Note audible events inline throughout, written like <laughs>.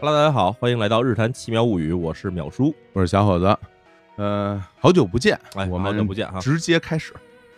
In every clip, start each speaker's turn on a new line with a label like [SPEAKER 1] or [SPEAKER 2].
[SPEAKER 1] Hello，大家好，欢迎来到《日谈奇妙物语》，我是淼叔。
[SPEAKER 2] 我是小伙子，呃，好久不见，
[SPEAKER 1] 哎，
[SPEAKER 2] 我
[SPEAKER 1] 好
[SPEAKER 2] 们
[SPEAKER 1] 久不见哈，
[SPEAKER 2] 直接
[SPEAKER 1] <laughs>
[SPEAKER 2] 开始，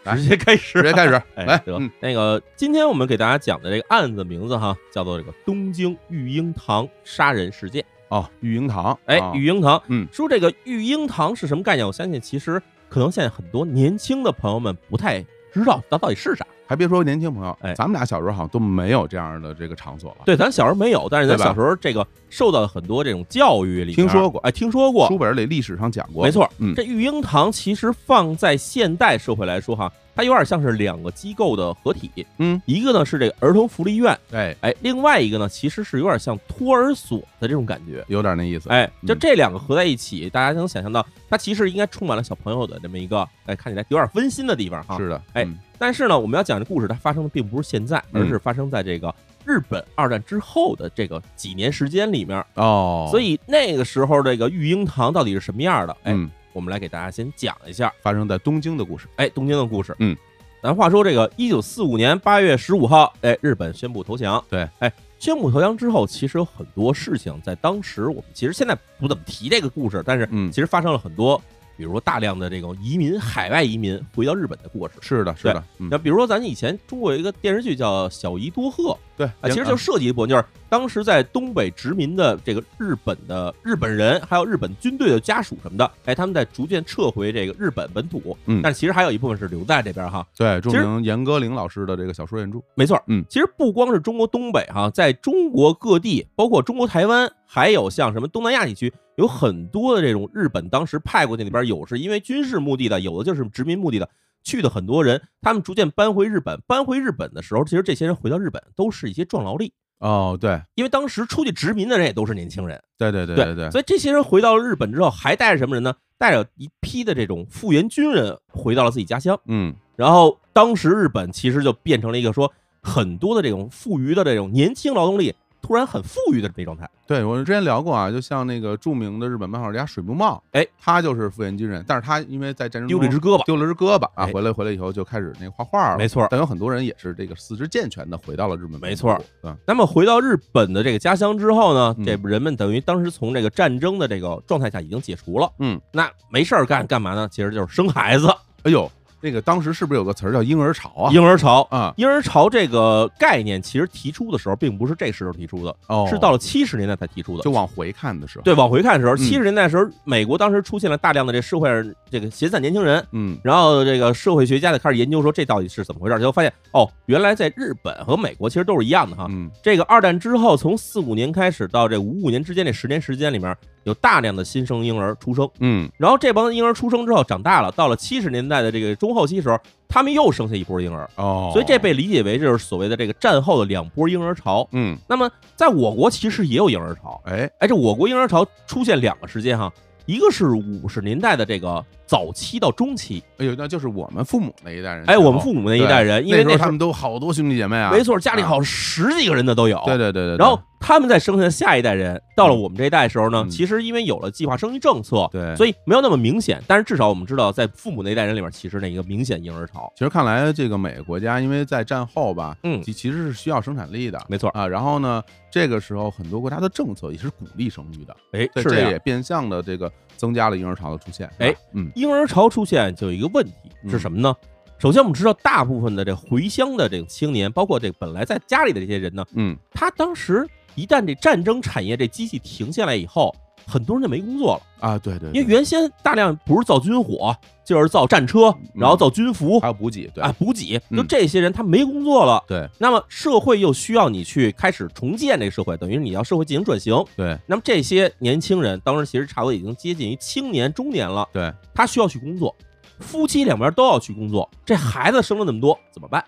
[SPEAKER 2] 来
[SPEAKER 1] 直接开始，
[SPEAKER 2] 直接开始，
[SPEAKER 1] 哎，
[SPEAKER 2] 来，
[SPEAKER 1] 得
[SPEAKER 2] 嗯，
[SPEAKER 1] 那个，今天我们给大家讲的这个案子名字哈，叫做这个东京育婴堂杀人事件。
[SPEAKER 2] 哦，育婴堂，
[SPEAKER 1] 哎
[SPEAKER 2] 啊，
[SPEAKER 1] 育婴堂，
[SPEAKER 2] 嗯
[SPEAKER 1] 说这个育婴堂是什么概念？我相信其实可能现在很多年轻的朋友们不太知道它到底是啥。
[SPEAKER 2] 还别说年轻朋友，
[SPEAKER 1] 哎
[SPEAKER 2] 咱们俩小时候好像都没有这样的这个场所了，
[SPEAKER 1] 对，咱小时候没有，但是咱
[SPEAKER 2] 对吧
[SPEAKER 1] 小时候这个受到了很多这种教育里边，
[SPEAKER 2] 听说过
[SPEAKER 1] 哎，听说过，
[SPEAKER 2] 书本里历史上讲过，
[SPEAKER 1] 没，错，
[SPEAKER 2] 嗯
[SPEAKER 1] 这育婴堂其实放在现代社会来说哈，它有点像是两个机构的合体，
[SPEAKER 2] 嗯，
[SPEAKER 1] 一个呢是这个儿童福利院，
[SPEAKER 2] 哎，
[SPEAKER 1] 哎，另外一个呢其实是有点像托儿所的这种感觉。
[SPEAKER 2] 有点那意思，
[SPEAKER 1] 哎，
[SPEAKER 2] 嗯
[SPEAKER 1] 就这两个合在一起，大家能想象到，它其实应该充满了小朋友的这么一个，哎，看起来有点温馨的地方哈。
[SPEAKER 2] 是的，
[SPEAKER 1] 哎
[SPEAKER 2] 嗯
[SPEAKER 1] 但是呢，我们要讲的故事，它发生的并不是现在，
[SPEAKER 2] 嗯
[SPEAKER 1] 而是发生在这个日本二战之后的这个几年时间里面。
[SPEAKER 2] 哦，
[SPEAKER 1] 哎所，以那个时候，这个育婴堂到底是什么样的？哎，
[SPEAKER 2] 嗯，
[SPEAKER 1] 我们来给大家先讲一下。
[SPEAKER 2] 发生在东京的故事，
[SPEAKER 1] 哎，东京的故事。
[SPEAKER 2] 嗯，
[SPEAKER 1] 咱话说这个，一九四五年八月十五号，哎，日本宣布投降。
[SPEAKER 2] 对，
[SPEAKER 1] 哎，宣布投降之后，其实有很多事情在当时，我们其实现在不怎么提这个故事，但是
[SPEAKER 2] 嗯
[SPEAKER 1] 其实发生了很多，比如说大量的这种移民、海外移民回到日本的过程。
[SPEAKER 2] 是的，是的，嗯，
[SPEAKER 1] 那比如说，咱以前中国有一个电视剧叫《小姨多鹤》
[SPEAKER 2] 对，
[SPEAKER 1] 啊，其实就涉及一部分，就是当时在东北殖民的这个日本的日本人，还有日本军队的家属什么的，哎，他们在逐渐撤回这个日本本土，
[SPEAKER 2] 嗯
[SPEAKER 1] 但其实还有一部分是留在这边哈，
[SPEAKER 2] 啊对著
[SPEAKER 1] 其实
[SPEAKER 2] 名严歌苓老师的这个小说原著，
[SPEAKER 1] 没错，
[SPEAKER 2] 嗯
[SPEAKER 1] 其实不光是中国东北哈，在中国各地，包括中国台湾，还有像什么东南亚地区，有很多的这种日本当时派过去那边，有是因为军事目的的，有的就是殖民目的的，去的很多人，他们逐渐搬回日本，搬回日本的时候，其实这些人回到日本都是一些壮劳力，
[SPEAKER 2] 哦，对，
[SPEAKER 1] 因为当时出去殖民的人也都是年轻人，
[SPEAKER 2] 对对对对，
[SPEAKER 1] 所以这些人回到日本之后，还带着什么人呢？带着一批的这种复员军人回到了自己家乡。
[SPEAKER 2] 嗯，
[SPEAKER 1] 然后当时日本其实就变成了一个说很多的这种富余的这种年轻劳动力突然很富裕的这么一状态。
[SPEAKER 2] 对我之前聊过啊，就像那个著名的日本漫画家水木茂，
[SPEAKER 1] 哎，
[SPEAKER 2] 他就是复员军人，但是他因为在战争
[SPEAKER 1] 丢了一只
[SPEAKER 2] 中
[SPEAKER 1] 胳膊，
[SPEAKER 2] 丢了只胳膊
[SPEAKER 1] 哎
[SPEAKER 2] 啊，回来回来以后就开始那画画了，
[SPEAKER 1] 没错
[SPEAKER 2] 但有很多人也是这个四肢健全的回到了日本本土，
[SPEAKER 1] 没错
[SPEAKER 2] 嗯，
[SPEAKER 1] 那么回到日本的这个家乡之后呢，
[SPEAKER 2] 嗯
[SPEAKER 1] 这人们等于当时从这个战争的这个状态下已经解除了，
[SPEAKER 2] 嗯，
[SPEAKER 1] 那没事儿干干嘛呢？其实就是生孩子，
[SPEAKER 2] 哎呦，那个当时是不是有个词儿叫婴儿潮啊？
[SPEAKER 1] 婴儿潮。
[SPEAKER 2] 啊，
[SPEAKER 1] 婴儿潮这个概念其实提出的时候，并不是这时候提出的，
[SPEAKER 2] 哦，
[SPEAKER 1] 是到了七十年代才提出的
[SPEAKER 2] 就。往回看的时候，，
[SPEAKER 1] 对，往回看的时候，
[SPEAKER 2] 嗯
[SPEAKER 1] 七十年代的时候，美国当时出现了大量的这社会上这个闲散年轻人，
[SPEAKER 2] 嗯，
[SPEAKER 1] 然后这个社会学家就开始研究说这到底是怎么回事儿，结果发现哦，原来在日本和美国其实都是一样的哈。
[SPEAKER 2] 嗯，
[SPEAKER 1] 这个二战之后，从四五年开始到这五五年之间这十年时间里面，有大量的新生婴儿出生，
[SPEAKER 2] 嗯，
[SPEAKER 1] 然后这帮婴儿出生之后长大了，到了七十年代的这个中后期时候，他们又生下一波婴儿，
[SPEAKER 2] 哦，
[SPEAKER 1] 所以这被理解为就是所谓的这个战后的两波婴儿潮。
[SPEAKER 2] 嗯，
[SPEAKER 1] 那么在我国其实也有婴儿潮，
[SPEAKER 2] 哎，
[SPEAKER 1] 哎，这我国婴儿潮出现两个时间哈，一个是五十年代的这个早期到中期。
[SPEAKER 2] 哎呦，那就是我们父母那一代人，
[SPEAKER 1] 哎，我们父母那一代人，
[SPEAKER 2] 对
[SPEAKER 1] 因为
[SPEAKER 2] 那时候
[SPEAKER 1] 时
[SPEAKER 2] 他
[SPEAKER 1] 候
[SPEAKER 2] 们都好多兄弟姐妹啊，
[SPEAKER 1] 没错，家里好十几个人的都有。
[SPEAKER 2] 对，对对对对，
[SPEAKER 1] 然后他们在生下下一代人，到了我们这一代的时候呢
[SPEAKER 2] 嗯，
[SPEAKER 1] 其实因为有了计划生育政策，
[SPEAKER 2] 对，
[SPEAKER 1] 所以没有那么明显，但是至少我们知道，在父母那一代人里面，其实那一个明显婴儿潮。
[SPEAKER 2] 其实看来，这个每个国家因为在战后吧，
[SPEAKER 1] 嗯
[SPEAKER 2] 其其实是需要生产力的，
[SPEAKER 1] 没错
[SPEAKER 2] 啊。然后呢，这个时候很多国家的政策也是鼓励生育的，
[SPEAKER 1] 哎，
[SPEAKER 2] 对
[SPEAKER 1] 是这
[SPEAKER 2] 这
[SPEAKER 1] 样。
[SPEAKER 2] 也变相的这个增加了婴儿潮的出现。
[SPEAKER 1] 哎
[SPEAKER 2] 是吧，嗯，
[SPEAKER 1] 婴儿潮出现就有一个问题
[SPEAKER 2] 嗯
[SPEAKER 1] 是什么呢？首先，我们知道大部分的这回乡的这种青年，包括这本来在家里的这些人呢，
[SPEAKER 2] 嗯，
[SPEAKER 1] 他当时一旦这战争产业这机器停下来以后，很多人就没工作了。
[SPEAKER 2] 啊，对对，
[SPEAKER 1] 因为
[SPEAKER 2] 对
[SPEAKER 1] 原先大量不是造军火，就是造战车，然后造军服
[SPEAKER 2] 还有补给，对
[SPEAKER 1] 啊，补给。
[SPEAKER 2] 嗯
[SPEAKER 1] 就这些人他没工作了，
[SPEAKER 2] 对
[SPEAKER 1] 那么社会又需要你去开始重建这个社会，等于你要社会进行转型。
[SPEAKER 2] 对
[SPEAKER 1] 那么这些年轻人当时其实差不多已经接近于青年中年了，
[SPEAKER 2] 对，
[SPEAKER 1] 他需要去工作，夫妻两边都要去工作，这孩子生了那么多怎么办？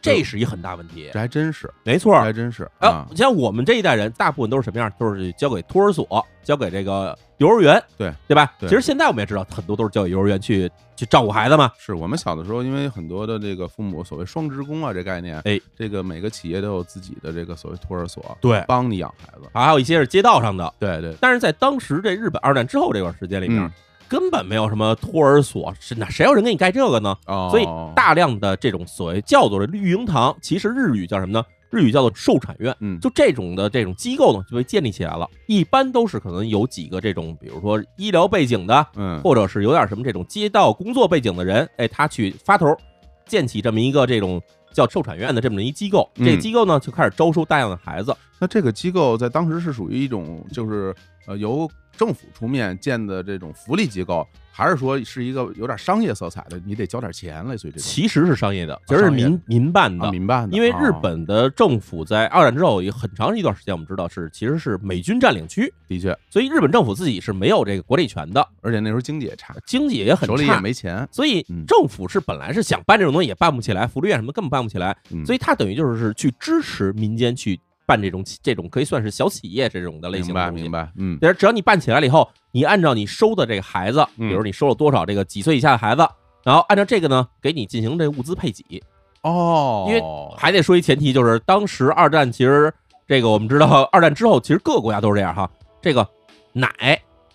[SPEAKER 1] 这是一很大问题，
[SPEAKER 2] 这还真是，
[SPEAKER 1] 没错
[SPEAKER 2] 这
[SPEAKER 1] 儿。
[SPEAKER 2] 还真是
[SPEAKER 1] 啊
[SPEAKER 2] 啊，，
[SPEAKER 1] 像我们这一代人，大部分都是什么样？都是交给托儿所，交给这个幼儿园，
[SPEAKER 2] 对
[SPEAKER 1] 对吧？
[SPEAKER 2] 对
[SPEAKER 1] 其实现在我们也知道，很多都是交给幼儿园去去照顾孩子嘛。
[SPEAKER 2] 是我们小的时候，因为很多的这个父母所谓双职工啊，这概念，
[SPEAKER 1] 哎，
[SPEAKER 2] 这个每个企业都有自己的这个所谓托儿所，
[SPEAKER 1] 对，
[SPEAKER 2] 帮你养孩子，
[SPEAKER 1] 啊还有一些是街道上的。
[SPEAKER 2] 对对，
[SPEAKER 1] 但是在当时这日本二战之后这段时间里面，
[SPEAKER 2] 嗯
[SPEAKER 1] 根本没有什么托儿所，是哪谁有人给你盖这个呢？
[SPEAKER 2] 哦，
[SPEAKER 1] 所以大量的这种所谓叫做的育婴堂，其实日语叫什么呢？日语叫做寿产院。
[SPEAKER 2] 嗯，
[SPEAKER 1] 就这种的这种机构呢，就被建立起来了。一般都是可能有几个这种，比如说医疗背景的，
[SPEAKER 2] 嗯，
[SPEAKER 1] 或者是有点什么这种街道工作背景的人，哎，他去发头儿建起这么一个这种叫寿产院的这么一机构。
[SPEAKER 2] 嗯
[SPEAKER 1] 这机构呢，就开始招收大量的孩子。
[SPEAKER 2] 那这个机构在当时是属于一种就是呃由政府出面建的这种福利机构，还是说是一个有点商业色彩的？你得交点钱，类似于这种
[SPEAKER 1] 其实是商业的，其实是
[SPEAKER 2] 商业的
[SPEAKER 1] 民民办的
[SPEAKER 2] 啊，，民办的。
[SPEAKER 1] 因为日
[SPEAKER 2] 啊
[SPEAKER 1] 本的政府在二战之后有很长一段时间，我们知道是其实是美军占领区，
[SPEAKER 2] 的确，
[SPEAKER 1] 所以日本政府自己是没有这个管理权的，
[SPEAKER 2] 而且那时候经济也差，
[SPEAKER 1] 经济也很
[SPEAKER 2] 手里也
[SPEAKER 1] 差。
[SPEAKER 2] 没钱，
[SPEAKER 1] 所以
[SPEAKER 2] 嗯
[SPEAKER 1] 政府是本来是想办这种东西也办不起来，福利院什么根本办不起来，
[SPEAKER 2] 嗯
[SPEAKER 1] 所以他等于就是去支持民间去办这种企这种可以算是小企业这种的类型
[SPEAKER 2] 明
[SPEAKER 1] 的
[SPEAKER 2] 白
[SPEAKER 1] 东西。
[SPEAKER 2] 明白，嗯
[SPEAKER 1] 但是只要你办起来了以后，你按照你收的这个孩子，比
[SPEAKER 2] 嗯
[SPEAKER 1] 如你收了多少这个几岁以下的孩子，然后按照这个呢，给你进行这物资配给。
[SPEAKER 2] 哦，
[SPEAKER 1] 因为还得说一前提，就是当时二战其实这个我们知道，二战之后其实各个国家都是这样哈，这个奶、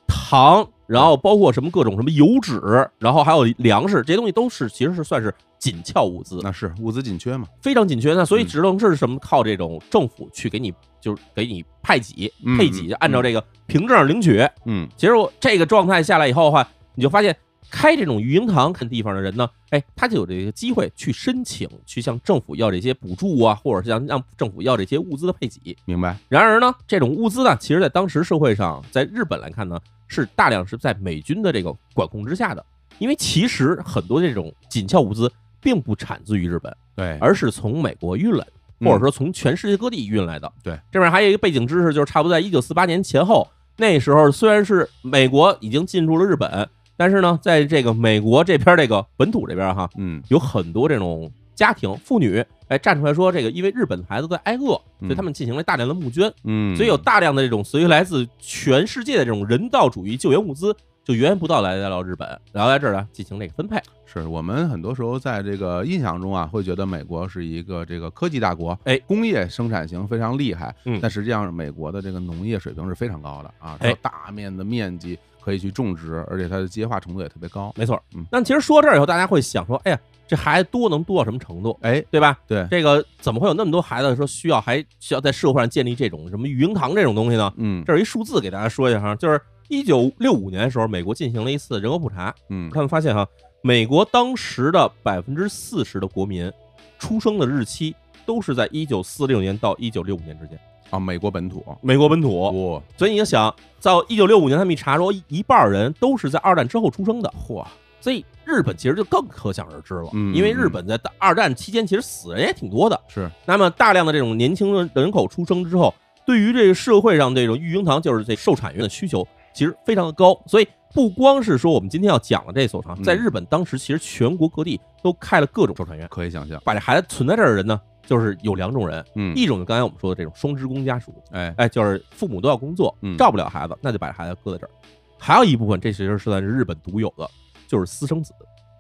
[SPEAKER 1] 糖，然后包括什么各种什么油脂，然后还有粮食这些东西都是其实是算是紧俏物资，
[SPEAKER 2] 那是物资紧缺嘛，
[SPEAKER 1] 非常紧缺呢，所以
[SPEAKER 2] 嗯
[SPEAKER 1] 只能是什么靠这种政府去给你就是给你派给
[SPEAKER 2] 嗯
[SPEAKER 1] 配给，
[SPEAKER 2] 嗯
[SPEAKER 1] 按照这个凭证领取。
[SPEAKER 2] 嗯
[SPEAKER 1] 其实我这个状态下来以后的话，你就发现开这种育婴堂看地方的人呢，哎，他就有这个机会去申请，去向政府要这些补助啊，或者是向让政府要这些物资的配给。
[SPEAKER 2] 明白，
[SPEAKER 1] 然而呢，这种物资呢，其实在当时社会上，在日本来看呢，是大量是在美军的这个管控之下的，因为其实很多这种紧俏物资并不产自于日本，
[SPEAKER 2] 对，
[SPEAKER 1] 而是从美国运来的。
[SPEAKER 2] 嗯
[SPEAKER 1] 或者说从全世界各地运来的。
[SPEAKER 2] 对，
[SPEAKER 1] 这边还有一个背景知识，就是差不多在一九四八年前后，那时候虽然是美国已经进入了日本，但是呢，在这个美国这边这个本土这边哈，
[SPEAKER 2] 嗯
[SPEAKER 1] 有很多这种家庭妇女哎站出来说，这个因为日本的孩子在挨饿，所以他们进行了大量的募捐，
[SPEAKER 2] 嗯，
[SPEAKER 1] 所以有大量的这种随来自全世界的这种人道主义救援物资。就源源不断地来到日本，然后在这儿呢进行这个分配。
[SPEAKER 2] 是我们很多时候在这个印象中啊，会觉得美国是一个这个科技大国，
[SPEAKER 1] 哎
[SPEAKER 2] 工业生产型非常厉害，
[SPEAKER 1] 嗯
[SPEAKER 2] 但实际上美国的这个农业水平是非常高的啊，
[SPEAKER 1] 哎
[SPEAKER 2] 它有大面的面积可以去种植，而且它的机械化程度也特别高，
[SPEAKER 1] 没错，
[SPEAKER 2] 嗯
[SPEAKER 1] 那其实说到这儿以后，大家会想说，哎呀，这孩子多能多到什么程度？
[SPEAKER 2] 哎，
[SPEAKER 1] 对吧？
[SPEAKER 2] 对
[SPEAKER 1] 这个怎么会有那么多孩子说需要还需要在社会上建立这种什么育婴堂这种东西呢？
[SPEAKER 2] 嗯
[SPEAKER 1] 这有一数字给大家说一下哈，就是一九六五年的时候，美国进行了一次人口普查，
[SPEAKER 2] 嗯
[SPEAKER 1] 他们发现哈，美国当时的百分之四十的国民出生的日期都是在一九四六年到一九六五年之间，
[SPEAKER 2] 啊，美国本土，哦
[SPEAKER 1] 美国本土。
[SPEAKER 2] 哇
[SPEAKER 1] 所以你就想，到一九六五年，他们一查说，一一半儿人都是在二战之后出生的，
[SPEAKER 2] 嚯，
[SPEAKER 1] 所以日本其实就更可想而知了，
[SPEAKER 2] 嗯
[SPEAKER 1] 因为日本在大二战期间其实死人也挺多的。
[SPEAKER 2] 是
[SPEAKER 1] 那么大量的这种年轻的人口出生之后，对于这个社会上这种育婴堂，就是这受产院的需求，其实非常的高。所以不光是说我们今天要讲的这所堂，
[SPEAKER 2] 嗯
[SPEAKER 1] 在日本当时其实全国各地都开了各种受产院，
[SPEAKER 2] 可以想象，
[SPEAKER 1] 把这孩子存在这儿的人呢，就是有两种人，
[SPEAKER 2] 嗯，
[SPEAKER 1] 一种就刚才我们说的这种双职工家属，
[SPEAKER 2] 哎，
[SPEAKER 1] 哎，就是父母都要工作，
[SPEAKER 2] 嗯
[SPEAKER 1] 照不了孩子，那就把孩子搁在这儿。还有一部分，这其实是在日本独有的，就是私生子。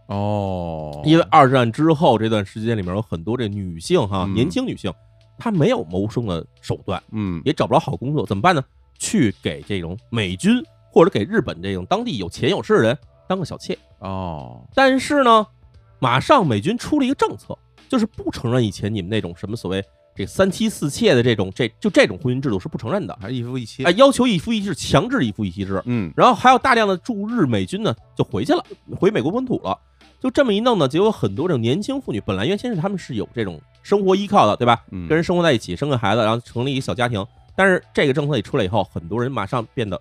[SPEAKER 2] 哦，
[SPEAKER 1] 因为二战之后这段时间里面有很多这女性哈，
[SPEAKER 2] 嗯
[SPEAKER 1] 年轻女性，她没有谋生的手段，
[SPEAKER 2] 嗯
[SPEAKER 1] 也找不着好工作，怎么办呢？去给这种美军或者给日本这种当地有钱有势的人当个小妾。
[SPEAKER 2] 哦，
[SPEAKER 1] 但是呢，马上美军出了一个政策，就是不承认以前你们那种什么所谓这三妻四妾的这种这就这种婚姻制度是不承认的，
[SPEAKER 2] 还一夫一妻
[SPEAKER 1] 哎，，要求一夫一妻制，强制一夫一妻制。
[SPEAKER 2] 嗯
[SPEAKER 1] 然后还有大量的驻日美军呢就回去了，回美国本土了。就这么一弄呢，结果很多这种年轻妇女，本来原先是他们是有这种生活依靠的，对吧？
[SPEAKER 2] 嗯，
[SPEAKER 1] 跟人生活在一起，生个孩子，然后成立一个小家庭。但是这个政策一出来以后，很多人马上变得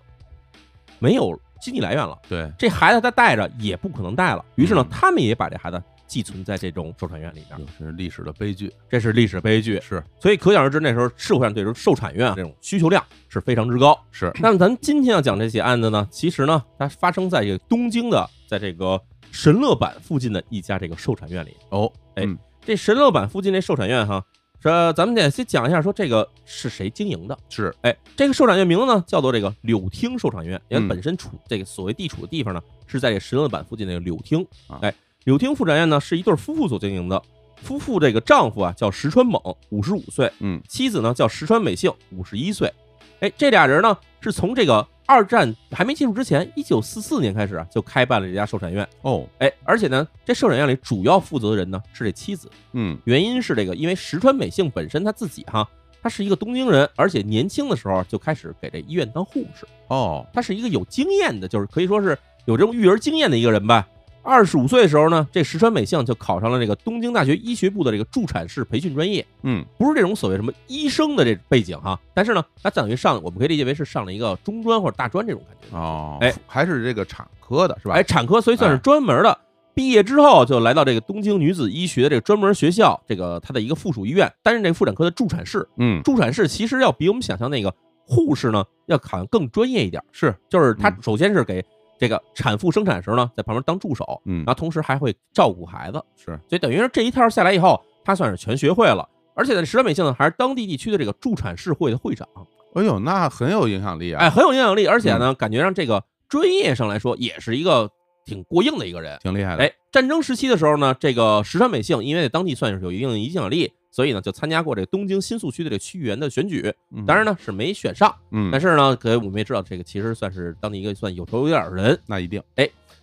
[SPEAKER 1] 没有经济来源了，
[SPEAKER 2] 对，
[SPEAKER 1] 这孩子他带着也不可能带了。于是呢
[SPEAKER 2] 嗯，
[SPEAKER 1] 他们也把这孩子寄存在这种受产院里面，
[SPEAKER 2] 就是历史的悲剧，
[SPEAKER 1] 这是历史悲剧。
[SPEAKER 2] 是
[SPEAKER 1] 所以可想而知，那时候社会上对这种受产院啊这种需求量是非常之高。
[SPEAKER 2] 是，
[SPEAKER 1] 那么咱们今天要讲这起案子呢，其实呢，它发生在这个东京的，在这个神乐坂附近的一家这个寿产院里。
[SPEAKER 2] 哦，
[SPEAKER 1] 哎
[SPEAKER 2] 嗯
[SPEAKER 1] 这神乐坂附近这寿产院哈，这咱们得先讲一下，说这个是谁经营的？
[SPEAKER 2] 是，
[SPEAKER 1] 哎，这个寿产院名字呢叫做这个柳町寿产院，因为
[SPEAKER 2] 嗯
[SPEAKER 1] 本身处这个所谓地处的地方呢，是在这神乐坂附近的柳町
[SPEAKER 2] 啊。
[SPEAKER 1] 哎，柳町妇产院呢是一对夫妇所经营的，夫妇这个丈夫啊叫石川猛，五十五岁，
[SPEAKER 2] 嗯
[SPEAKER 1] 妻子呢叫石川美幸，五十一岁。哎，这俩人呢是从这个二战还没结束之前，一九四四年开始啊，就开办了这家寿产院。
[SPEAKER 2] 哦，
[SPEAKER 1] 哎，而且呢，这寿产院里主要负责的人呢是这妻子，
[SPEAKER 2] 嗯
[SPEAKER 1] 原因是这个，因为石川美幸本身她自己哈，她是一个东京人，而且年轻的时候就开始给这医院当护士，
[SPEAKER 2] 哦，
[SPEAKER 1] 她是一个有经验的，就是可以说是有这种育儿经验的一个人吧。二十五岁的时候呢，这石川美幸就考上了这个东京大学医学部的这个助产士培训专业，
[SPEAKER 2] 嗯
[SPEAKER 1] 不是这种所谓什么医生的这背景哈，但是呢，她等于上，我们可以理解为是上了一个中专或者大专这种感觉。
[SPEAKER 2] 哦，
[SPEAKER 1] 哎，
[SPEAKER 2] 还是这个产科的是吧？
[SPEAKER 1] 哎，，产科所以算是
[SPEAKER 2] 哎
[SPEAKER 1] 专门的。毕业之后就来到这个东京女子医学的这个专门学校，这个它的一个附属医院担任这个妇产科的助产士。
[SPEAKER 2] 嗯
[SPEAKER 1] 助产士其实要比我们想象那个护士呢要好像更专业一点儿，
[SPEAKER 2] 是，
[SPEAKER 1] 就是她
[SPEAKER 2] 嗯
[SPEAKER 1] 首先是给这个产妇生产时候呢在旁边当助手，
[SPEAKER 2] 嗯
[SPEAKER 1] 然后同时还会照顾孩子，
[SPEAKER 2] 是，
[SPEAKER 1] 所以等于是这一套下来以后，她算是全学会了。而且呢，石川美幸呢还是当地地区的这个助产士会的会长，
[SPEAKER 2] 哎呦，那很有影响力啊，
[SPEAKER 1] 哎，很有影响力。而且
[SPEAKER 2] 嗯
[SPEAKER 1] 呢，感觉上这个专业上来说也是一个挺过硬的一个人。
[SPEAKER 2] 挺厉害的，
[SPEAKER 1] 哎，战争时期的时候呢，这个石川美幸因为在当地算是有一定的影响力，所以呢就参加过这个东京新宿区的这个区议员的选举。
[SPEAKER 2] 嗯
[SPEAKER 1] 当然，呢是没选上，
[SPEAKER 2] 嗯，
[SPEAKER 1] 但是呢，可我们也知道这个其实算是当地一个算有头有脸儿的人。
[SPEAKER 2] 那一定，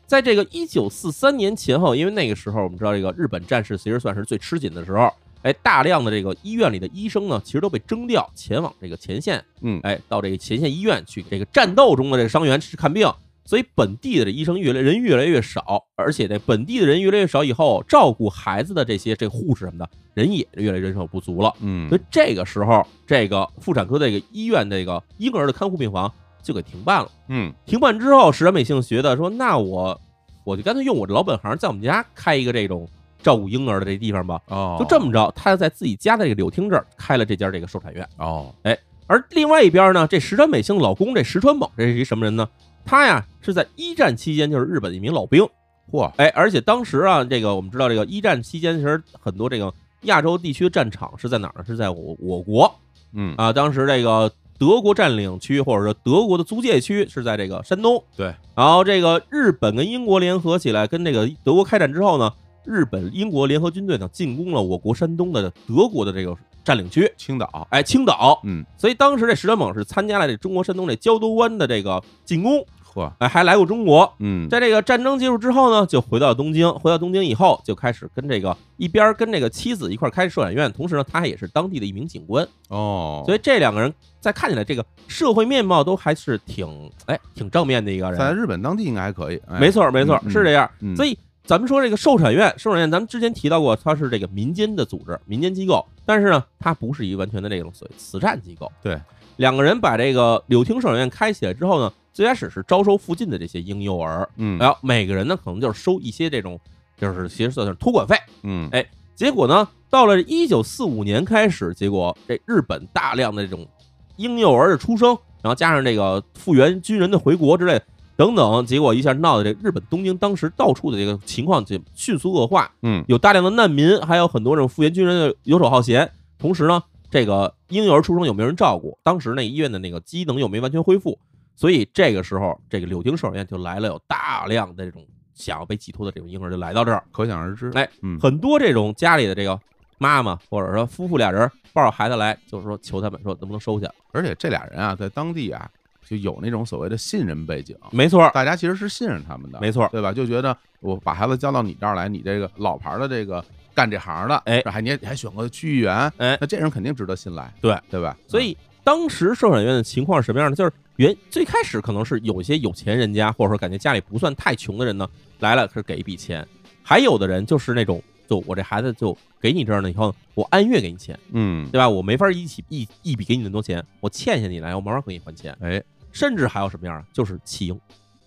[SPEAKER 1] 在这个一九四三年前后，因为那个时候我们知道这个日本战事其实算是最吃紧的时候。哎，大量的这个医院里的医生呢，其实都被征调前往这个前线，
[SPEAKER 2] 嗯
[SPEAKER 1] 哎，到这个前线医院去给这个战斗中的这个伤员去看病，所以本地的这医生越来人越来越少，而且这本地的人越来越少以后，照顾孩子的这些这护士什么的人也越来人手不足了，
[SPEAKER 2] 嗯
[SPEAKER 1] 所以这个时候，这个妇产科这个医院这个婴儿的看护病房就给停办了。
[SPEAKER 2] 嗯
[SPEAKER 1] 停办之后，石川美幸觉得说，那我我就干脆用我这老本行，在我们家开一个这种照顾婴儿的这地方吧。
[SPEAKER 2] 哦，
[SPEAKER 1] 就这么着，他在自己家的这个柳町这儿开了这家这个寿产院。
[SPEAKER 2] 哦，
[SPEAKER 1] 而另外一边呢，这石川美幸老公这石川猛这是一什么人呢？他呀是在一战期间就是日本的一名老兵，
[SPEAKER 2] 嚯，
[SPEAKER 1] 哎，而且当时啊，这个我们知道，这个一战期间其实很多这个亚洲地区的战场是在哪儿呢？是在我我国
[SPEAKER 2] 嗯
[SPEAKER 1] 啊。当时这个德国占领区或者说德国的租界区是在这个山东，
[SPEAKER 2] 对。
[SPEAKER 1] 然后这个日本跟英国联合起来跟这个德国开战之后呢，日本英国联合军队呢进攻了我国山东的德国的这个占领区，
[SPEAKER 2] 青岛，
[SPEAKER 1] 哎，青岛。
[SPEAKER 2] 嗯，
[SPEAKER 1] 所以当时这石川猛是参加了这中国山东这胶州湾的这个进攻，
[SPEAKER 2] 嚯，
[SPEAKER 1] 哎，还来过中国。
[SPEAKER 2] 嗯，
[SPEAKER 1] 在这个战争结束之后呢，就回到东京。回到东京以后，就开始跟这个一边儿跟这个妻子一块儿开寿产院，同时呢，他也是当地的一名警官。
[SPEAKER 2] 哦，
[SPEAKER 1] 所
[SPEAKER 2] 以
[SPEAKER 1] 以这两个人在看起来这个社会面貌都还是挺哎挺正面的一个
[SPEAKER 2] 在
[SPEAKER 1] 人。
[SPEAKER 2] 日本当地应该还可以，哎
[SPEAKER 1] 没，错儿，没错儿，
[SPEAKER 2] 嗯
[SPEAKER 1] 是这样。
[SPEAKER 2] 嗯
[SPEAKER 1] 所以咱们说这个寿产院，寿产院咱们之前提到过，它是这个民间的组织、民间机构，但是呢，它不是一个完全的这种所谓慈善机构。
[SPEAKER 2] 对，
[SPEAKER 1] 两个人把这个柳町寿产院开起来之后呢，最开始是招收附近的这些婴幼儿，
[SPEAKER 2] 嗯，
[SPEAKER 1] 然后每个人呢可能就是收一些这种，就是其实算是托管费。
[SPEAKER 2] 嗯
[SPEAKER 1] 哎，结果呢，到了一九四五年开始，结果这日本大量的这种婴幼儿的出生，然后加上这个复员军人的回国之类等等，结果一下闹得这日本东京当时到处的这个情况就迅速恶化，
[SPEAKER 2] 嗯，
[SPEAKER 1] 有大量的难民，还有很多这种复员军人的游手好闲。同时呢，这个婴幼儿出生有没有人照顾？当时那医院的那个机能又没完全恢复，所以这个时候，这个柳町寿养院就来了有大量的这种想要被寄托的这种婴儿就来到这儿。
[SPEAKER 2] 可想而知，
[SPEAKER 1] 哎，
[SPEAKER 2] 嗯，
[SPEAKER 1] 很多这种家里的这个妈妈或者说夫妇俩人抱着孩子来，就是说求他们说能不能收下。
[SPEAKER 2] 而且这俩人啊，在当地啊，就有那种所谓的信任背景，
[SPEAKER 1] 没错儿，
[SPEAKER 2] 大嗯家其实是信任他们的，
[SPEAKER 1] 嗯没错儿，
[SPEAKER 2] 对吧？就觉得我把孩子交到你这儿来，你这个老牌的这个干这行的，
[SPEAKER 1] 哎
[SPEAKER 2] 是吧还你还你还选个区议员，
[SPEAKER 1] 哎
[SPEAKER 2] 那这人肯定值得信赖，
[SPEAKER 1] 对
[SPEAKER 2] 对吧？
[SPEAKER 1] 所以当时寿产院的情况是什么样的？就是原最开始可能是有一些有钱人家，或者说感觉家里不算太穷的人呢，来了是给一笔钱；还有的人就是那种，就我这孩子就给你这儿呢，以后我按月给你钱，
[SPEAKER 2] 嗯，
[SPEAKER 1] 对吧？我没法一起一一笔给你那么多钱，我欠下你来，我慢慢给你还钱。
[SPEAKER 2] 哎，
[SPEAKER 1] 甚至还有什么样啊？就是弃婴，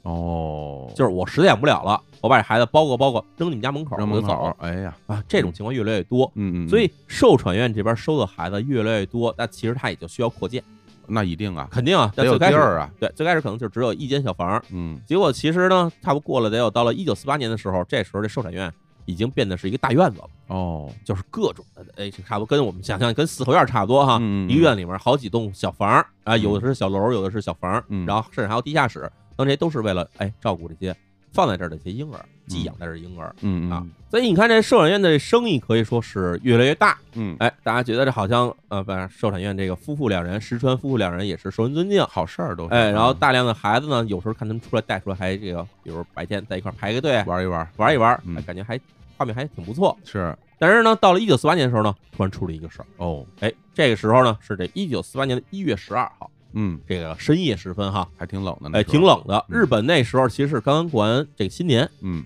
[SPEAKER 2] 哦，
[SPEAKER 1] 就是我实在养不了了，我把这孩子包裹包裹扔你们家门口，
[SPEAKER 2] 让
[SPEAKER 1] 我
[SPEAKER 2] 门
[SPEAKER 1] 就走了
[SPEAKER 2] 口，哎呀，
[SPEAKER 1] 啊。这种情况越来越多，
[SPEAKER 2] 嗯嗯，
[SPEAKER 1] 所以寿产院这边收的孩子越来越多，那其实他也就需要扩建，
[SPEAKER 2] 嗯那一定啊，
[SPEAKER 1] 肯定啊。
[SPEAKER 2] 得
[SPEAKER 1] 在
[SPEAKER 2] 有
[SPEAKER 1] 最
[SPEAKER 2] 地
[SPEAKER 1] 开始
[SPEAKER 2] 儿啊，
[SPEAKER 1] 对，最开始可能就只有一间小房儿，
[SPEAKER 2] 嗯，
[SPEAKER 1] 结果其实呢，差不多过了得有到了一九四八年的时候，这时候这寿产院已经变得是一个大院子了，
[SPEAKER 2] 哦，
[SPEAKER 1] 就是各种的，哎，差不多跟我们想象跟四合院差不多哈，
[SPEAKER 2] 嗯
[SPEAKER 1] 一个，啊院里面好几栋小房儿啊，有的是小楼，有的是小房儿，
[SPEAKER 2] 嗯
[SPEAKER 1] 然后甚至还有地下室，那这些都是为了哎照顾这些放在这儿的一些婴儿，寄养在这儿的婴儿。
[SPEAKER 2] 嗯
[SPEAKER 1] 啊，所以你看，这寿产院的生意可以说是越来越大。
[SPEAKER 2] 嗯，
[SPEAKER 1] 哎，大家觉得这好像呃，不是寿产院这个夫妇两人，石川夫妇两人也是受人尊敬。
[SPEAKER 2] 好事儿都是嗯
[SPEAKER 1] 哎，然后大量的孩子呢，有时候看他们出来带出来，还这个，比如白天在一块儿排个队啊
[SPEAKER 2] 玩一玩
[SPEAKER 1] 玩一玩，
[SPEAKER 2] 嗯
[SPEAKER 1] 哎感觉还画面还挺不错。
[SPEAKER 2] 是
[SPEAKER 1] 但是呢，到了一九四八年的时候呢，突然出了一个事儿。
[SPEAKER 2] 哦，
[SPEAKER 1] 哎，这个时候呢，是这一九四八年的一月十二号，
[SPEAKER 2] 嗯，
[SPEAKER 1] 这个深夜时分哈，
[SPEAKER 2] 还挺冷的，
[SPEAKER 1] 哎，挺，冷的。
[SPEAKER 2] 嗯
[SPEAKER 1] 日本那时候其实是刚刚过完这个新年，
[SPEAKER 2] 嗯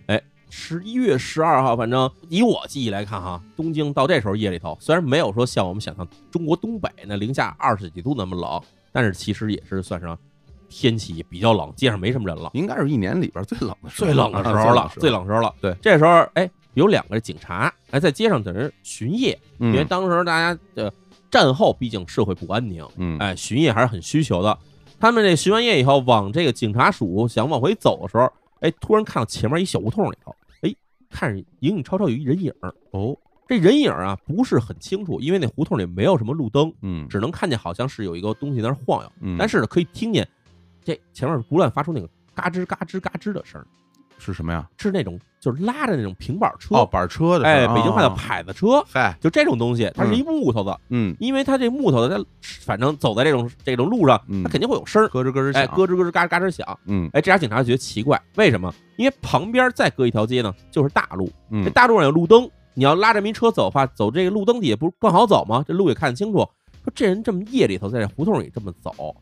[SPEAKER 1] 十一月十二号，反正以我记忆来看哈，东京到这时候夜里头，虽然没有说像我们想象中国东北那零下二十几度那么冷，但是其实也是算上天气比较冷，街上没什么人了，
[SPEAKER 2] 应该是一年里边最冷的时候，
[SPEAKER 1] 最冷的时候了
[SPEAKER 2] 啊，
[SPEAKER 1] 最，冷的时候了。
[SPEAKER 2] 对
[SPEAKER 1] 这时候哎，有两个警察哎在街上等人巡夜，因为
[SPEAKER 2] 嗯
[SPEAKER 1] 当时大家的战后毕竟社会不安宁，
[SPEAKER 2] 嗯，
[SPEAKER 1] 哎，巡夜还是很需求的。他们这巡完夜以后，往这个警察署想往回走的时候，哎，突然看到前面一小胡同里头，哎，看着影影绰绰有一人影儿
[SPEAKER 2] 哦，
[SPEAKER 1] 这人影儿啊不是很清楚，因为那胡同里没有什么路灯，
[SPEAKER 2] 嗯
[SPEAKER 1] 只能看见好像是有一个东西在那儿晃悠，
[SPEAKER 2] 嗯，
[SPEAKER 1] 但
[SPEAKER 2] 是
[SPEAKER 1] 是呢可以听见这前面不断发出那个嘎吱嘎吱嘎吱的声儿，
[SPEAKER 2] 是什么呀？
[SPEAKER 1] 是那种就是拉着那种平板车，
[SPEAKER 2] 哦，板车的是吧，
[SPEAKER 1] 哎，北京话叫
[SPEAKER 2] 啊，
[SPEAKER 1] 牌子车，
[SPEAKER 2] 嗨，
[SPEAKER 1] 就这种东西，它是一木头的，
[SPEAKER 2] 嗯，
[SPEAKER 1] 因为它这木头的，它反正走在这种这种路上，
[SPEAKER 2] 嗯
[SPEAKER 1] 它肯定会有声儿。
[SPEAKER 2] 咯吱咯吱响，
[SPEAKER 1] 哎，咯吱咯吱嘎吱嘎吱响。
[SPEAKER 2] 嗯
[SPEAKER 1] 哎，这俩警察就觉得奇怪，为什么？因为旁边再隔一条街呢，就是大路，这
[SPEAKER 2] 嗯，
[SPEAKER 1] 大路上有路灯，你要拉着民车走的话，走这个路灯底下不是更好走吗？这路也看清楚。说这人这么夜里头在这胡同里这么走，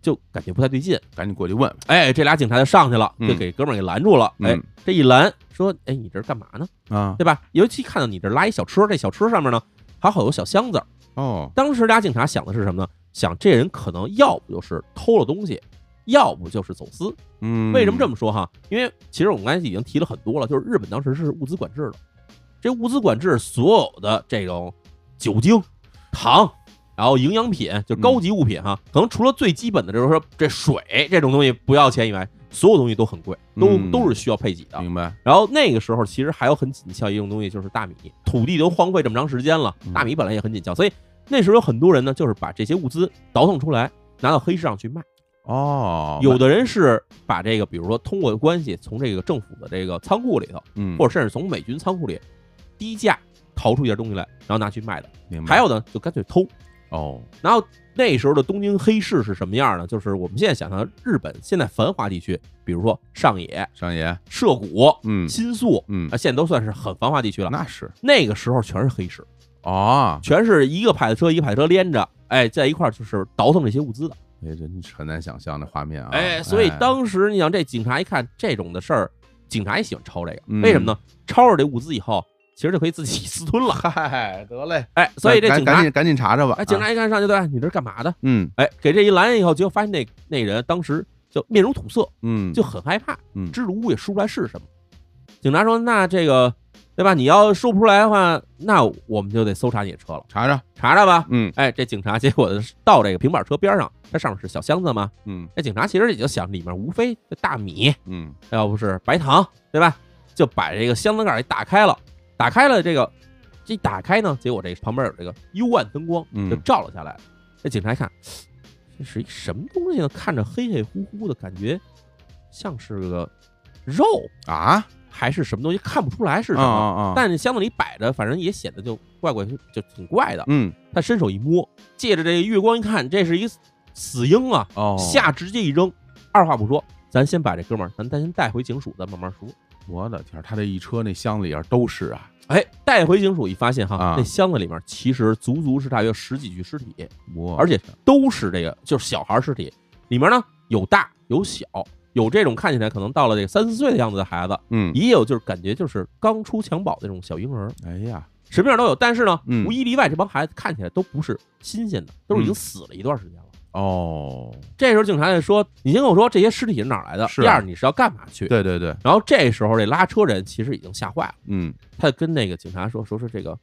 [SPEAKER 1] 就感觉不太对劲。
[SPEAKER 2] 赶紧过去问问，
[SPEAKER 1] 哎，这俩警察就上去了，就
[SPEAKER 2] 嗯
[SPEAKER 1] 给哥们儿给拦住了。哎
[SPEAKER 2] 嗯，
[SPEAKER 1] 这一拦，说，哎，你这是干嘛呢？
[SPEAKER 2] 啊，
[SPEAKER 1] 对吧？尤其看到你这拉一小车，这小车上面呢还好有小箱子。
[SPEAKER 2] 哦，
[SPEAKER 1] 当时俩警察想的是什么呢？想这人可能要不就是偷了东西，要不就是走私。
[SPEAKER 2] 嗯，
[SPEAKER 1] 为什么这
[SPEAKER 2] 么
[SPEAKER 1] 么说哈？因为其实我们刚才已经提了很多了，就是日本当时是物资管制的，这物资管制所有的这种酒精、糖，然后营养品，就
[SPEAKER 2] 嗯
[SPEAKER 1] 高级物品哈，可能除了最基本的，就是说这水这种东西不要钱以外，所有东西都很贵，都、
[SPEAKER 2] 嗯
[SPEAKER 1] 都是需要配给的。
[SPEAKER 2] 明白？
[SPEAKER 1] 然后那个时候其实还有很紧俏一种东西，就是大米，土地都荒废这么长时间了
[SPEAKER 2] 嗯，
[SPEAKER 1] 大米本来也很紧俏，所以那时候有很多人呢，就是把这些物资倒腾出来，拿到黑市上去卖。
[SPEAKER 2] 哦，
[SPEAKER 1] 有的人是把这个，比如说通过关系从这个政府的这个仓库里头，
[SPEAKER 2] 嗯，
[SPEAKER 1] 或者甚至从美军仓库里低价淘出一件东西来，然后拿去卖的。
[SPEAKER 2] 明白
[SPEAKER 1] 还有呢，就干脆偷。
[SPEAKER 2] 哦，
[SPEAKER 1] 然后那时候的东京黑市是什么样呢？就是我们现在想象日本现在繁华地区，比如说上野、
[SPEAKER 2] 商爷，
[SPEAKER 1] 涉谷、
[SPEAKER 2] 嗯
[SPEAKER 1] 新宿
[SPEAKER 2] 嗯
[SPEAKER 1] 啊，，现在都算是很繁华地区了。
[SPEAKER 2] 那是
[SPEAKER 1] 那个时候全是黑市，
[SPEAKER 2] 哦，
[SPEAKER 1] 全是一个牌子车一个牌子车连着，哎，在一块儿就是倒腾这些物资的。
[SPEAKER 2] 哎，真是很难想象那画面啊！
[SPEAKER 1] 哎，所以当时你想，这警察一看这种的事儿，警察也喜欢抄这个，
[SPEAKER 2] 嗯
[SPEAKER 1] 为什么呢？抄着这物资以后，其实就可以自己 <laughs> 私吞了。
[SPEAKER 2] 嗨，得嘞，
[SPEAKER 1] 哎，所以这
[SPEAKER 2] 赶
[SPEAKER 1] 警
[SPEAKER 2] 赶
[SPEAKER 1] 察，
[SPEAKER 2] 紧赶紧查查吧。
[SPEAKER 1] 哎，警
[SPEAKER 2] 啊，
[SPEAKER 1] 察一看上去对吧，你这是干嘛的？
[SPEAKER 2] 嗯
[SPEAKER 1] 哎，给这一拦以后，结果发现那那人当时就面如土色，
[SPEAKER 2] 嗯，
[SPEAKER 1] 就很害怕，
[SPEAKER 2] 嗯
[SPEAKER 1] 支支吾吾也说不出来是什么。警察说：“那这个，对吧？你要说不出来的话，那我们就得搜查你的车了，
[SPEAKER 2] 查查，
[SPEAKER 1] 查查吧。”
[SPEAKER 2] 嗯
[SPEAKER 1] 哎，这警察结果到这个平板车边上，它上面是小箱子嘛。
[SPEAKER 2] 嗯
[SPEAKER 1] 这警察其实也就想，里面无非就大米，
[SPEAKER 2] 嗯，
[SPEAKER 1] 要不是白糖，对吧？就把这个箱子盖儿给打开了，打开了这个，这一打开呢，结果这旁边有这个幽暗灯光
[SPEAKER 2] 嗯
[SPEAKER 1] 就照了下来。这警察一看，这是一什么东西呢？看着黑黑乎乎的，感觉像是个肉
[SPEAKER 2] 啊，
[SPEAKER 1] 还是什么东西，看不出来是什
[SPEAKER 2] 啊
[SPEAKER 1] 么。
[SPEAKER 2] 啊啊，
[SPEAKER 1] 但箱子里摆着，反正也显得就怪怪，就挺怪的。
[SPEAKER 2] 嗯
[SPEAKER 1] 他伸手一摸，借着这个月光一看，这是一死婴啊！
[SPEAKER 2] 哦，
[SPEAKER 1] 下直接一扔，二话不说，咱先把这哥们儿，咱咱先带回警署，咱慢慢说。
[SPEAKER 2] 我的天儿，他这一车那箱里边都是啊，
[SPEAKER 1] 哎，带回警署一发现哈，
[SPEAKER 2] 啊
[SPEAKER 1] 那箱子里面其实足足是大约十几具尸体，
[SPEAKER 2] 我
[SPEAKER 1] 而且都是这个就是小孩尸体，里面呢有大有小，有这种看起来可能到了这个三四岁的样子的孩子，
[SPEAKER 2] 嗯，
[SPEAKER 1] 也有就是感觉就是刚出襁褓的那种小婴儿，
[SPEAKER 2] 哎呀，
[SPEAKER 1] 什么样都有。但是呢，
[SPEAKER 2] 嗯
[SPEAKER 1] 无一例外，这帮孩子看起来都不是新鲜的，都是已经死了一段时间了。
[SPEAKER 2] 哦，
[SPEAKER 1] 这时候警察就说：“你先跟我说这些尸体是哪儿来的？
[SPEAKER 2] 是啊
[SPEAKER 1] 第二，你是要干嘛去？”
[SPEAKER 2] 对对对，
[SPEAKER 1] 然后这时候这拉车人其实已经吓坏了，
[SPEAKER 2] 嗯
[SPEAKER 1] 他就跟那个警察说：“说是这个，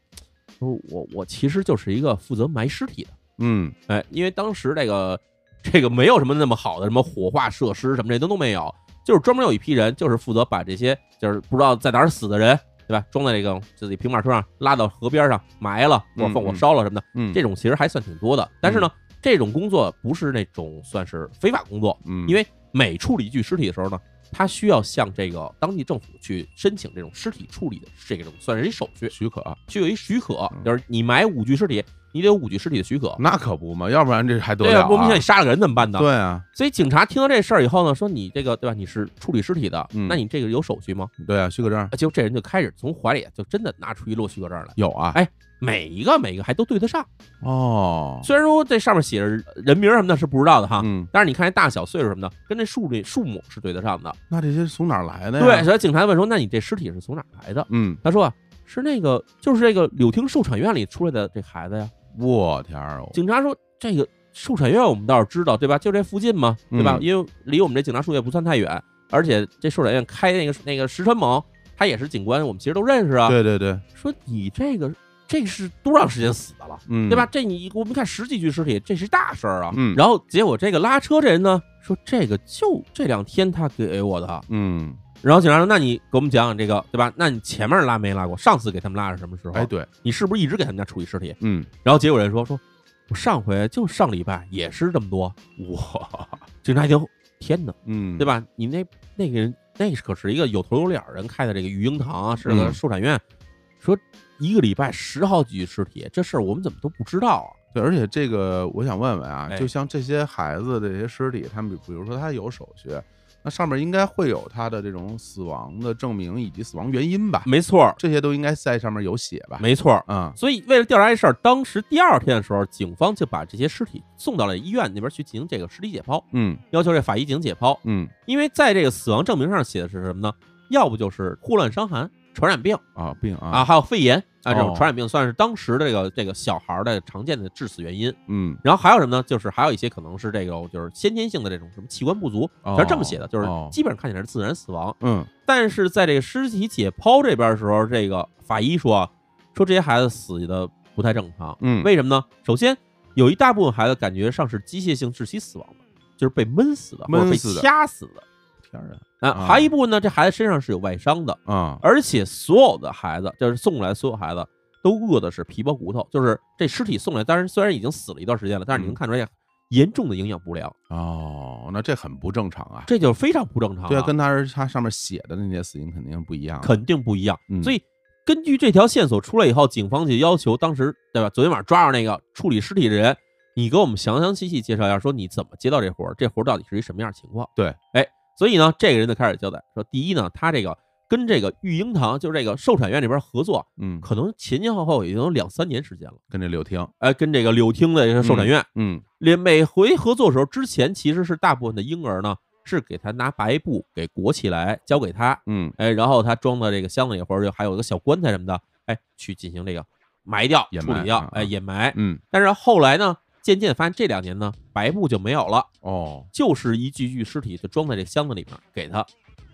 [SPEAKER 1] 说我我其实就是一个负责埋尸体的，
[SPEAKER 2] 嗯
[SPEAKER 1] 哎，因为当时这个 <laughs> 这个没有什么那么好的什么火化设施什么这都都没有，就是专门有一批人就是负责把这些就是不知道在哪儿死的人，对吧？装在这个自己平板车上拉到河边上埋了，或者放火
[SPEAKER 2] 嗯嗯
[SPEAKER 1] 烧了什么的，
[SPEAKER 2] 嗯，
[SPEAKER 1] 这种其实还算挺多的。但是呢，这种工作不是那种算是非法工作，
[SPEAKER 2] 嗯，
[SPEAKER 1] 因为每处理一具尸体的时候呢，他需要向这个当地政府去申请这种尸体处理的这种算是一手续，
[SPEAKER 2] 许可啊，
[SPEAKER 1] 就有一许可，
[SPEAKER 2] 嗯
[SPEAKER 1] 就是你埋五具尸体，你得有五具尸体的许可。
[SPEAKER 2] 那可不嘛，要不然这还得
[SPEAKER 1] 对
[SPEAKER 2] 了
[SPEAKER 1] 啊，莫名其
[SPEAKER 2] 啊
[SPEAKER 1] 妙你？杀了个人怎么办呢？
[SPEAKER 2] 对啊，
[SPEAKER 1] 所以警察听到这事儿以后呢，说你这个对吧？你是处理尸体的，
[SPEAKER 2] 嗯
[SPEAKER 1] 那你这个有手续吗？
[SPEAKER 2] 对啊，许可证
[SPEAKER 1] 啊结果这人就开始从怀里就真的拿出一摞许可证来，
[SPEAKER 2] 有啊
[SPEAKER 1] 哎，每一个每一个还都对得上。
[SPEAKER 2] 哦，
[SPEAKER 1] 虽然说这上面写着人名什么的是不知道的哈，
[SPEAKER 2] 嗯，
[SPEAKER 1] 但是你看这大小、岁数什么的，跟这数这数目是对得上的。
[SPEAKER 2] 那这些从哪儿来的呀？
[SPEAKER 1] 对，，所啊以警察问说：“那你这尸体是从哪儿来的
[SPEAKER 2] 嗯，？”
[SPEAKER 1] 他说：“啊，是那个，就是这个柳汀寿产院里出来的这孩子呀。
[SPEAKER 2] 我天儿哦”，
[SPEAKER 1] 警察说：“这个寿产院我们倒是知道，对吧？就这附近嘛，对吧？
[SPEAKER 2] 嗯
[SPEAKER 1] 因为离我们这警察叔也不算太远，而且这寿产院开那个那个石川猛，他也是警官，我们其实都认识啊。
[SPEAKER 2] 对对对，
[SPEAKER 1] 说你这个这是多长时间死的了？”
[SPEAKER 2] 嗯，
[SPEAKER 1] 对吧？？这你我们看十几具尸体，这是大事儿啊。
[SPEAKER 2] 嗯
[SPEAKER 1] 然后结果这个拉车这人呢，说这个就这两天他给我的。
[SPEAKER 2] 嗯，
[SPEAKER 1] 然后警察说，那你给我们讲讲这个，对吧？那你前面拉没拉过？上次给他们拉是什么时候？
[SPEAKER 2] 哎，对，
[SPEAKER 1] 你是不是一直给他们家处理尸体？
[SPEAKER 2] 嗯，
[SPEAKER 1] 然后结果人说说，我上回就上礼拜也是这么多。
[SPEAKER 2] 哇，
[SPEAKER 1] <laughs> 警察一听，天哪，
[SPEAKER 2] 嗯，
[SPEAKER 1] 对
[SPEAKER 2] 吧？
[SPEAKER 1] 吧？你那那个人那可是一个有头有脸儿人开的这个育婴堂啊，是个
[SPEAKER 2] 嗯
[SPEAKER 1] 寿产院，说一个礼拜十好几具尸体，这事儿我们怎么都不知道啊？
[SPEAKER 2] 对，而且这个我想问问啊，
[SPEAKER 1] 哎
[SPEAKER 2] 就像这些孩子的这些尸体，他们比比如说他有手续，那上面应该会有他的这种死亡的证明以及死亡原因吧？
[SPEAKER 1] 没错儿，
[SPEAKER 2] 这些都应该在上面有写吧？
[SPEAKER 1] 没错儿。
[SPEAKER 2] 嗯，
[SPEAKER 1] 所以为了调查这事儿，当时第二天的时候，警方就把这些尸体送到了医院那边去进行这个尸体解剖，
[SPEAKER 2] 嗯
[SPEAKER 1] 要求这法医进行解剖。
[SPEAKER 2] 嗯
[SPEAKER 1] 因为在这个死亡证明上写的是什么呢？要不就是霍乱伤寒、传染病
[SPEAKER 2] 啊，病啊，
[SPEAKER 1] 啊，还有肺炎啊，这种
[SPEAKER 2] 哦
[SPEAKER 1] 传染病算是当时的这个这个小孩儿的常见的致死原因。
[SPEAKER 2] 嗯，
[SPEAKER 1] 然后还有什么呢？就是还有一些可能是这个就是先天性的这种什么器官不足，
[SPEAKER 2] 哦
[SPEAKER 1] 它是这么写的，就是
[SPEAKER 2] 哦
[SPEAKER 1] 基本上看起来是自然死亡。
[SPEAKER 2] 嗯
[SPEAKER 1] 但是在这个尸体解剖这边的时候，这个法医说啊，说这些孩子死的不太正常。
[SPEAKER 2] 嗯，
[SPEAKER 1] 为什么呢？首先，有一大部分孩子感觉上是机械性窒息死亡的，就是被闷死的，或者
[SPEAKER 2] 闷
[SPEAKER 1] 被
[SPEAKER 2] 死的
[SPEAKER 1] 掐死的。
[SPEAKER 2] 天儿
[SPEAKER 1] 啊，
[SPEAKER 2] 啊
[SPEAKER 1] 还有一部分呢，这孩子身上是有外伤的，
[SPEAKER 2] 啊，
[SPEAKER 1] 而且所有的孩子，就是送来的所有孩子都饿的是皮包骨头，就是这尸体送来，当然虽然已经死了一段时间了，但是你能看出来严重的营养不良，
[SPEAKER 2] 嗯哦，那这很不正常啊。
[SPEAKER 1] 这就是非常不正常、啊。
[SPEAKER 2] 对啊，跟他他上面写的那些死因肯定不一样啊。
[SPEAKER 1] 肯定不一样。
[SPEAKER 2] 嗯
[SPEAKER 1] 所以根据这条线索出来以后，警方就要求当时对吧？昨天晚上抓着那个处理尸体的人，你给我们详详细细介绍一下，说你怎么接到这活儿，这活儿到底是一什么样的情况？
[SPEAKER 2] 对，
[SPEAKER 1] 哎，所以呢，这个人就开始交代说，第一呢，他这个跟这个育婴堂，就是这个寿产院这边合作，
[SPEAKER 2] 嗯，
[SPEAKER 1] 可能前前后后已经有两三年时间了。
[SPEAKER 2] 跟这柳听，
[SPEAKER 1] 哎，跟这个柳汀的这个寿产院，
[SPEAKER 2] 嗯
[SPEAKER 1] 连每回合作的时候，之前其实是大部分的婴儿呢，是给他拿白布给裹起来，交给他，
[SPEAKER 2] 嗯，
[SPEAKER 1] 哎，然后他装到这个箱子里，或者还有一个小棺材什么的，哎，去进行这个埋掉、
[SPEAKER 2] 掩
[SPEAKER 1] 处
[SPEAKER 2] 埋
[SPEAKER 1] 理掉
[SPEAKER 2] 啊，
[SPEAKER 1] 哎，
[SPEAKER 2] 啊
[SPEAKER 1] 掩埋。
[SPEAKER 2] 嗯，
[SPEAKER 1] 但是后来呢，渐渐发现这两年呢，白布就没有了，
[SPEAKER 2] 哦，
[SPEAKER 1] 就是一具具尸体就装在这箱子里面给他。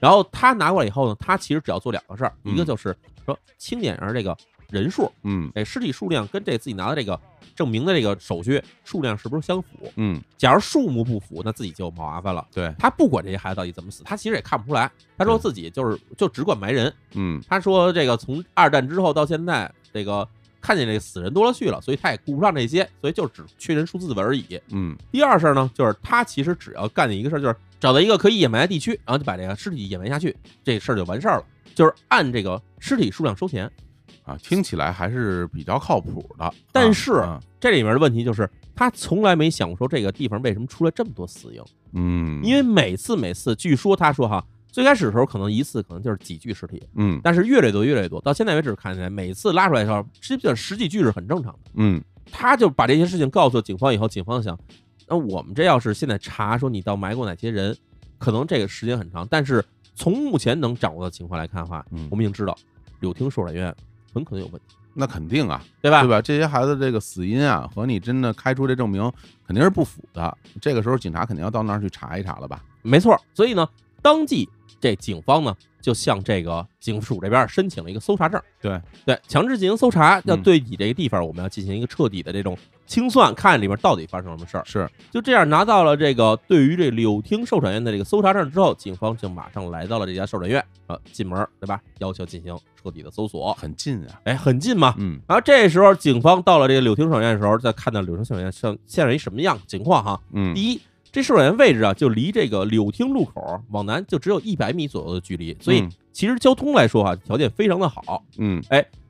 [SPEAKER 1] 然后他拿过来以后呢，他其实只要做两个事儿，一个
[SPEAKER 2] 嗯
[SPEAKER 1] 就是说清点一下这个人数，
[SPEAKER 2] 嗯
[SPEAKER 1] 哎，尸体数量跟这自己拿的这个证明的这个手续数量是不是相符？
[SPEAKER 2] 嗯，
[SPEAKER 1] 假如数目不符，那自己就麻烦了。
[SPEAKER 2] 对，
[SPEAKER 1] 他不管这些孩子到底怎么死，他其实也看不出来。他说自己就是就只管埋人，
[SPEAKER 2] 嗯
[SPEAKER 1] 他说这个从二战之后到现在，这个看见这死人多了去了，所以他也顾不上这些，所以就只确认数字本而已。
[SPEAKER 2] 嗯
[SPEAKER 1] 第二事儿呢，就是他其实只要干的一个事儿，就是找到一个可以掩埋的地区，然后就把这个尸体掩埋下去，这事儿就完事儿了。就是按这个尸体数量收钱，
[SPEAKER 2] 啊，听起来还是比较靠谱的。
[SPEAKER 1] 但
[SPEAKER 2] 啊
[SPEAKER 1] 是
[SPEAKER 2] 啊
[SPEAKER 1] 这里面的问题就是，他从来没想过说这个地方为什么出来这么多死婴，
[SPEAKER 2] 嗯，
[SPEAKER 1] 因为每次每次，据说他说哈，最开始的时候可能一次可能就是几具尸体，
[SPEAKER 2] 嗯
[SPEAKER 1] 但是越来越多，越来越多，到现在为止看起来，每次拉出来的时候，基本十几句是很正常的。
[SPEAKER 2] 嗯
[SPEAKER 1] 他就把这些事情告诉警方以后，警方想，那我们这要是现在查说你到埋过哪些人，可能这个时间很长，但是从目前能掌握的情况来看的话，
[SPEAKER 2] 嗯
[SPEAKER 1] 我，们已经知道柳汀寿产院很可能有问题，
[SPEAKER 2] 那肯定啊，
[SPEAKER 1] 对吧？
[SPEAKER 2] 对吧？这些孩子这个死因啊，和你真的开出这证明肯定是不符的。这个时候警察肯定要到那儿去查一查了吧？
[SPEAKER 1] 没错。所以呢，当即这警方呢就向这个警署这边申请了一个搜查证，
[SPEAKER 2] 对
[SPEAKER 1] 对，强制进行搜查，要
[SPEAKER 2] 嗯
[SPEAKER 1] 对你这个地方我们要进行一个彻底的这种清算，看里面到底发生了什么事儿。
[SPEAKER 2] 是，
[SPEAKER 1] 就这样拿到了这个对于这柳汀寿产院的这个搜查证之后，警方就马上来到了这家寿产院，啊，进门对吧？要求进行彻底的搜索，
[SPEAKER 2] 很近啊。
[SPEAKER 1] 哎，很近嘛。
[SPEAKER 2] 嗯
[SPEAKER 1] 然后这时候警方到了这个柳汀寿产院的时候，再看到柳汀寿产院像现在一什么样情况哈？
[SPEAKER 2] 嗯，
[SPEAKER 1] 第一，这试管员位置啊，就离这个柳汀路口往南就只有一百米左右的距离，所以
[SPEAKER 2] 嗯
[SPEAKER 1] 其实交通来说啊，条件非常的好。
[SPEAKER 2] 嗯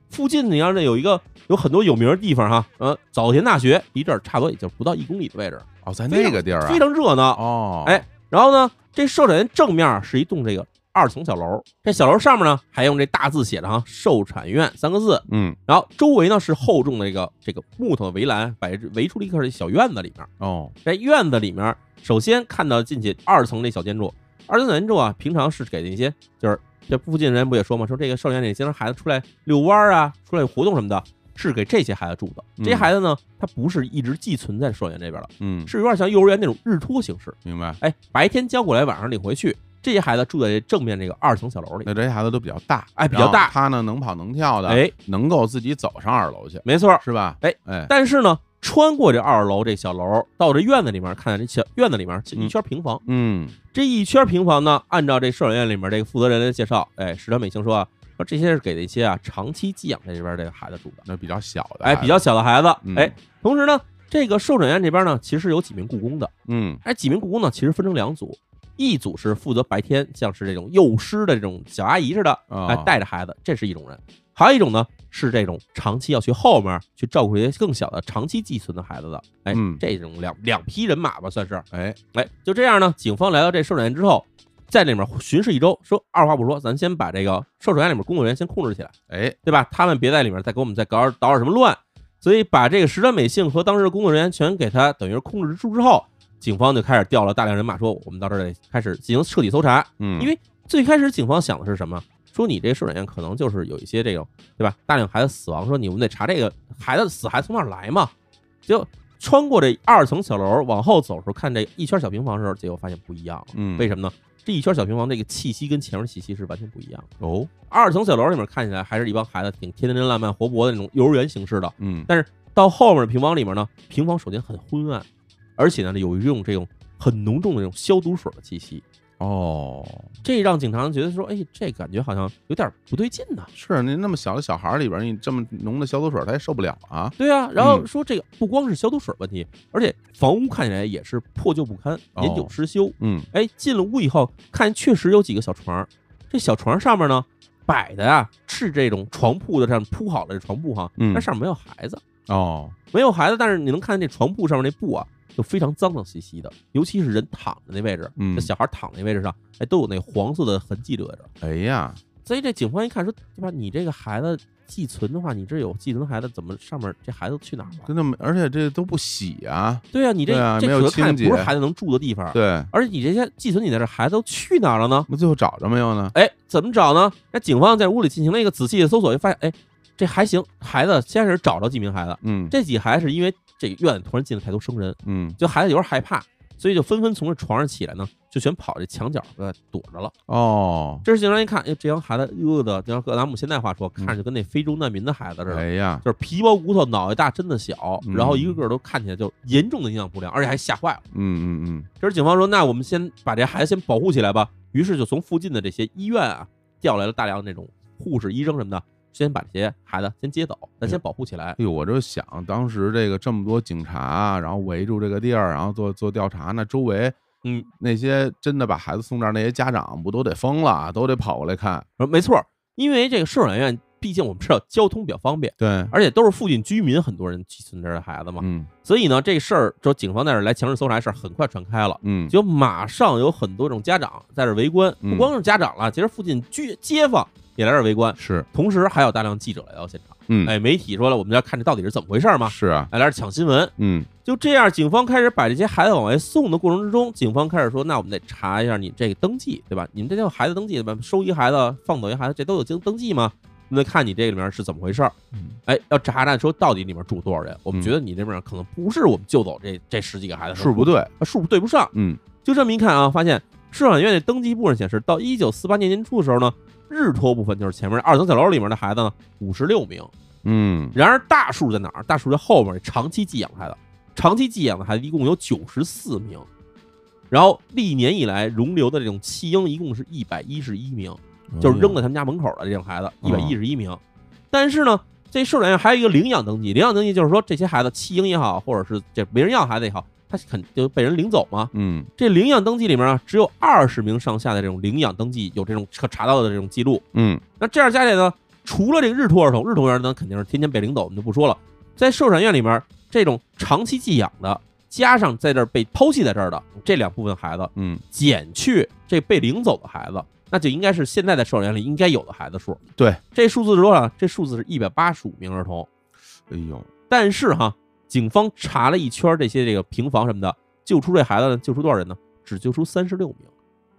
[SPEAKER 1] 附近你要是有一个有很多有名的地方哈，呃，早田大学离这儿差不多也就不到一公里的位置，
[SPEAKER 2] 哦，在
[SPEAKER 1] 非
[SPEAKER 2] 那
[SPEAKER 1] 常
[SPEAKER 2] 个地儿啊
[SPEAKER 1] 非，常热闹。
[SPEAKER 2] 哦，
[SPEAKER 1] 哎然后呢，这寿产院正面是一栋这个二层小楼，这小楼上面呢还用这大字写着哈“寿产院”三个字，
[SPEAKER 2] 嗯
[SPEAKER 1] 然后周围呢是厚重的这个这个木头的围栏，摆围出了一个小院子里面。
[SPEAKER 2] 哦，
[SPEAKER 1] 在院子里面，首先看到进去二层这小建筑，二层小建筑啊，平常是给那些就是这附近人不也说嘛，说这个少年里经常孩子出来遛弯儿啊，出来活动什么的，是给这些孩子住的。这些
[SPEAKER 2] 嗯
[SPEAKER 1] 孩子呢，他不是一直寄存在少年这边的，
[SPEAKER 2] 嗯，
[SPEAKER 1] 是有点像幼儿园那种日托形式。
[SPEAKER 2] 明白。
[SPEAKER 1] 哎，白天交过来，晚上领回去。这些孩子住在这正面这个二层小楼里。
[SPEAKER 2] 那这些孩子都比较大，
[SPEAKER 1] 哎比较
[SPEAKER 2] 然后
[SPEAKER 1] 大
[SPEAKER 2] 他呢能跑能跳的，
[SPEAKER 1] 哎，
[SPEAKER 2] 能够自己走上二楼去，
[SPEAKER 1] 没错。
[SPEAKER 2] 是吧？
[SPEAKER 1] 哎
[SPEAKER 2] 哎，
[SPEAKER 1] 但是呢，穿过这二楼这小楼，到这院子里面，看这小院子里面是一
[SPEAKER 2] 嗯
[SPEAKER 1] 圈平房。
[SPEAKER 2] 嗯
[SPEAKER 1] 这一圈平房呢，按照这社养院里面这个负责人的介绍，哎，石川美清说啊，说这些是给那些啊长期寄养在这边这个孩子住的，
[SPEAKER 2] 那比较小的孩
[SPEAKER 1] 哎，
[SPEAKER 2] 子，
[SPEAKER 1] 比较小的孩子，
[SPEAKER 2] 嗯
[SPEAKER 1] 哎，同时呢，这个受诊院这边呢，其实有几名雇工的，
[SPEAKER 2] 嗯
[SPEAKER 1] 哎，几名雇工呢，其实分成两组，一组是负责白天像是这种幼师的这种小阿姨似的，
[SPEAKER 2] 哦
[SPEAKER 1] 哎，带着孩子，这是一种人，还有一种呢是这种长期要去后面去照顾一些更小的长期寄存的孩子的，哎，
[SPEAKER 2] 嗯
[SPEAKER 1] 这种两两批人马吧，算是。
[SPEAKER 2] 哎
[SPEAKER 1] 哎，就这样呢，警方来到这寿产院之后，在里面巡视一周，说二话不说，咱先把这个寿产院里面工作人员先控制起来，
[SPEAKER 2] 哎，
[SPEAKER 1] 对吧？他们别在里面再给我们再搞捣点什么乱。所以把这个石川美幸和当时的工作人员全给他等于是控制住之后，警方就开始调了大量人马，说我们到这里开始进行彻底搜查。
[SPEAKER 2] 嗯，
[SPEAKER 1] 因为最开始警方想的是什么？说你这个寿产院可能就是有一些这种，对吧？大量孩子死亡，说你们得查这个孩子死孩子从哪儿来嘛。结果穿过这二层小楼往后走的时候，看这一圈小平房的时候，结果发现不一样了。
[SPEAKER 2] 嗯
[SPEAKER 1] 为什么呢？这一圈小平房这个气息跟前面气息是完全不一样的。
[SPEAKER 2] 哦，
[SPEAKER 1] 二层小楼里面看起来还是一帮孩子挺天真烂漫、活泼的那种幼儿园形式的，
[SPEAKER 2] 嗯
[SPEAKER 1] 到后面的平房里面呢，平房首先很昏暗，而且呢有一种这种很浓重的这种消毒水的气息。
[SPEAKER 2] 哦，
[SPEAKER 1] 这让警察觉得说，哎，这感觉好像有点不对劲呢、
[SPEAKER 2] 是啊你那么小的小孩儿里边儿，你这么浓的消毒水儿，他也受不了啊。
[SPEAKER 1] 对啊，然后说这个不光是消毒水问题，而且房屋看起来也是破旧不堪，
[SPEAKER 2] 哦
[SPEAKER 1] 年久失修。
[SPEAKER 2] 嗯
[SPEAKER 1] 哎，进了屋以后，看确实有几个小床儿，这小床上面呢摆的啊是这种床铺的上铺好的床铺哈，
[SPEAKER 2] 嗯
[SPEAKER 1] 但上面没有孩子，
[SPEAKER 2] 哦，
[SPEAKER 1] 没有孩子，但是你能看见这床铺上面那布啊，就非常脏脏兮兮的，尤其是人躺的那位置，
[SPEAKER 2] 嗯
[SPEAKER 1] 这小孩躺的那位置上，哎，都有那黄色的痕迹留在这儿。
[SPEAKER 2] 哎呀，
[SPEAKER 1] 所以这警方一看说，对吧？你这个孩子寄存的话，你这有寄存的孩子，怎么上面这孩子去哪儿了？
[SPEAKER 2] 真的没，而且这都不洗啊。
[SPEAKER 1] 对啊，你这、
[SPEAKER 2] 对啊
[SPEAKER 1] 这
[SPEAKER 2] 没有
[SPEAKER 1] 可看
[SPEAKER 2] 清洁
[SPEAKER 1] 不是孩子能住的地方，
[SPEAKER 2] 对，
[SPEAKER 1] 而且你这些寄存你在这孩子都去哪儿了呢？
[SPEAKER 2] 那最后找着没有呢？
[SPEAKER 1] 哎，怎么找呢？那警方在屋里进行了一个仔细的搜索，就发现，哎，这还行，孩子先是找着几名孩子，
[SPEAKER 2] 嗯
[SPEAKER 1] 这几孩子是因为这个院子突然进了太多生人，
[SPEAKER 2] 嗯，
[SPEAKER 1] 就孩子有点害怕，所以就纷纷从这床上起来呢，就全跑这墙角给躲着了。
[SPEAKER 2] 哦，
[SPEAKER 1] 这时警察一看，哎，这帮孩子饿的，就要搁咱们现在话说，看着
[SPEAKER 2] 嗯
[SPEAKER 1] 就跟那非洲难民的孩子似的。
[SPEAKER 2] 哎呀，
[SPEAKER 1] 就是皮包骨头，脑袋大，真的小，
[SPEAKER 2] 嗯
[SPEAKER 1] 然后一个个都看起来就严重的营养不良，而且还吓坏了。
[SPEAKER 2] 嗯嗯嗯，
[SPEAKER 1] 这时警方说：“那我们先把这孩子先保护起来吧。”于是就从附近的这些医院啊调来了大量那种护士、医生什么的，先把这些孩子先接走，咱先保护起来。
[SPEAKER 2] 哎呦，我就想当时这个这么多警察，然后围住这个地儿，然后做做调查，那周围
[SPEAKER 1] 嗯，
[SPEAKER 2] 那些真的把孩子送这儿那些家长不都得疯了，都得跑过来看。
[SPEAKER 1] 说没错，因为这个社软院，毕竟我们知道交通比较方便，
[SPEAKER 2] 对，
[SPEAKER 1] 而且都是附近居民很多人寄存这儿的孩子嘛，
[SPEAKER 2] 嗯
[SPEAKER 1] 所以呢，这事儿就警方在这儿来强制搜查的事儿很快传开了。
[SPEAKER 2] 嗯，
[SPEAKER 1] 就马上有很多这种家长在这儿围观，
[SPEAKER 2] 嗯
[SPEAKER 1] 不光是家长了，其实附近居街坊也来这儿围观，
[SPEAKER 2] 是，
[SPEAKER 1] 同时还有大量记者来到现场。
[SPEAKER 2] 嗯，
[SPEAKER 1] 哎，媒体说了，我们要看这到底是怎么回事儿嘛，
[SPEAKER 2] 是啊，
[SPEAKER 1] 哎，来这儿抢新闻。
[SPEAKER 2] 嗯
[SPEAKER 1] 就这样，警方开始把这些孩子往外送的过程之中，警方开始说，那我们得查一下你这个登记，对吧？你们这叫孩子登记对吧？收一孩子，放走一孩子，这都有经登记吗？我们得看你这里面是怎么回事儿。
[SPEAKER 2] 嗯
[SPEAKER 1] 哎，要查查说到底里面住多少人？我们
[SPEAKER 2] 嗯
[SPEAKER 1] 觉得你这边可能不是我们救走这这十几个孩子的
[SPEAKER 2] 数不对，
[SPEAKER 1] 啊数对不上。
[SPEAKER 2] 嗯
[SPEAKER 1] 就这么一看啊，发现市场院的登记簿上显示，到一九四八年年初的时候呢，日托部分就是前面二层小楼里面的孩子呢，五十六名。
[SPEAKER 2] 嗯，
[SPEAKER 1] 然而大数在哪儿？大数在后面，长期寄养的孩子，长期寄养的孩子一共有九十四名。然后历年以来容留的这种弃婴一共是一百一十一名，就是扔在他们家门口的这种孩子一百一十一名。但是呢，这市场院还有一个领养登记，领养登记就是说这些孩子弃婴也好，或者是这没人要孩子也好，他肯就被人领走嘛。
[SPEAKER 2] 嗯
[SPEAKER 1] 这领养登记里面啊，只有二十名上下的这种领养登记有这种可查到的这种记录。
[SPEAKER 2] 嗯
[SPEAKER 1] 那这样加起来呢，除了这个日托儿童，日托儿童呢肯定是天天被领走，我们就不说了。在兽产院里面，这种长期寄养的，加上在这儿被抛弃在这儿的这两部分孩子，
[SPEAKER 2] 嗯，
[SPEAKER 1] 减去这被领走的孩子，那就应该是现在的兽产院里应该有的孩子数。
[SPEAKER 2] 对，
[SPEAKER 1] 这数字是多少？这数字是一百八十五名儿童。
[SPEAKER 2] 哎呦，
[SPEAKER 1] 但是哈，警方查了一圈儿这些这个平房什么的，救出这孩子呢，救出多少人呢？只救出三十六名。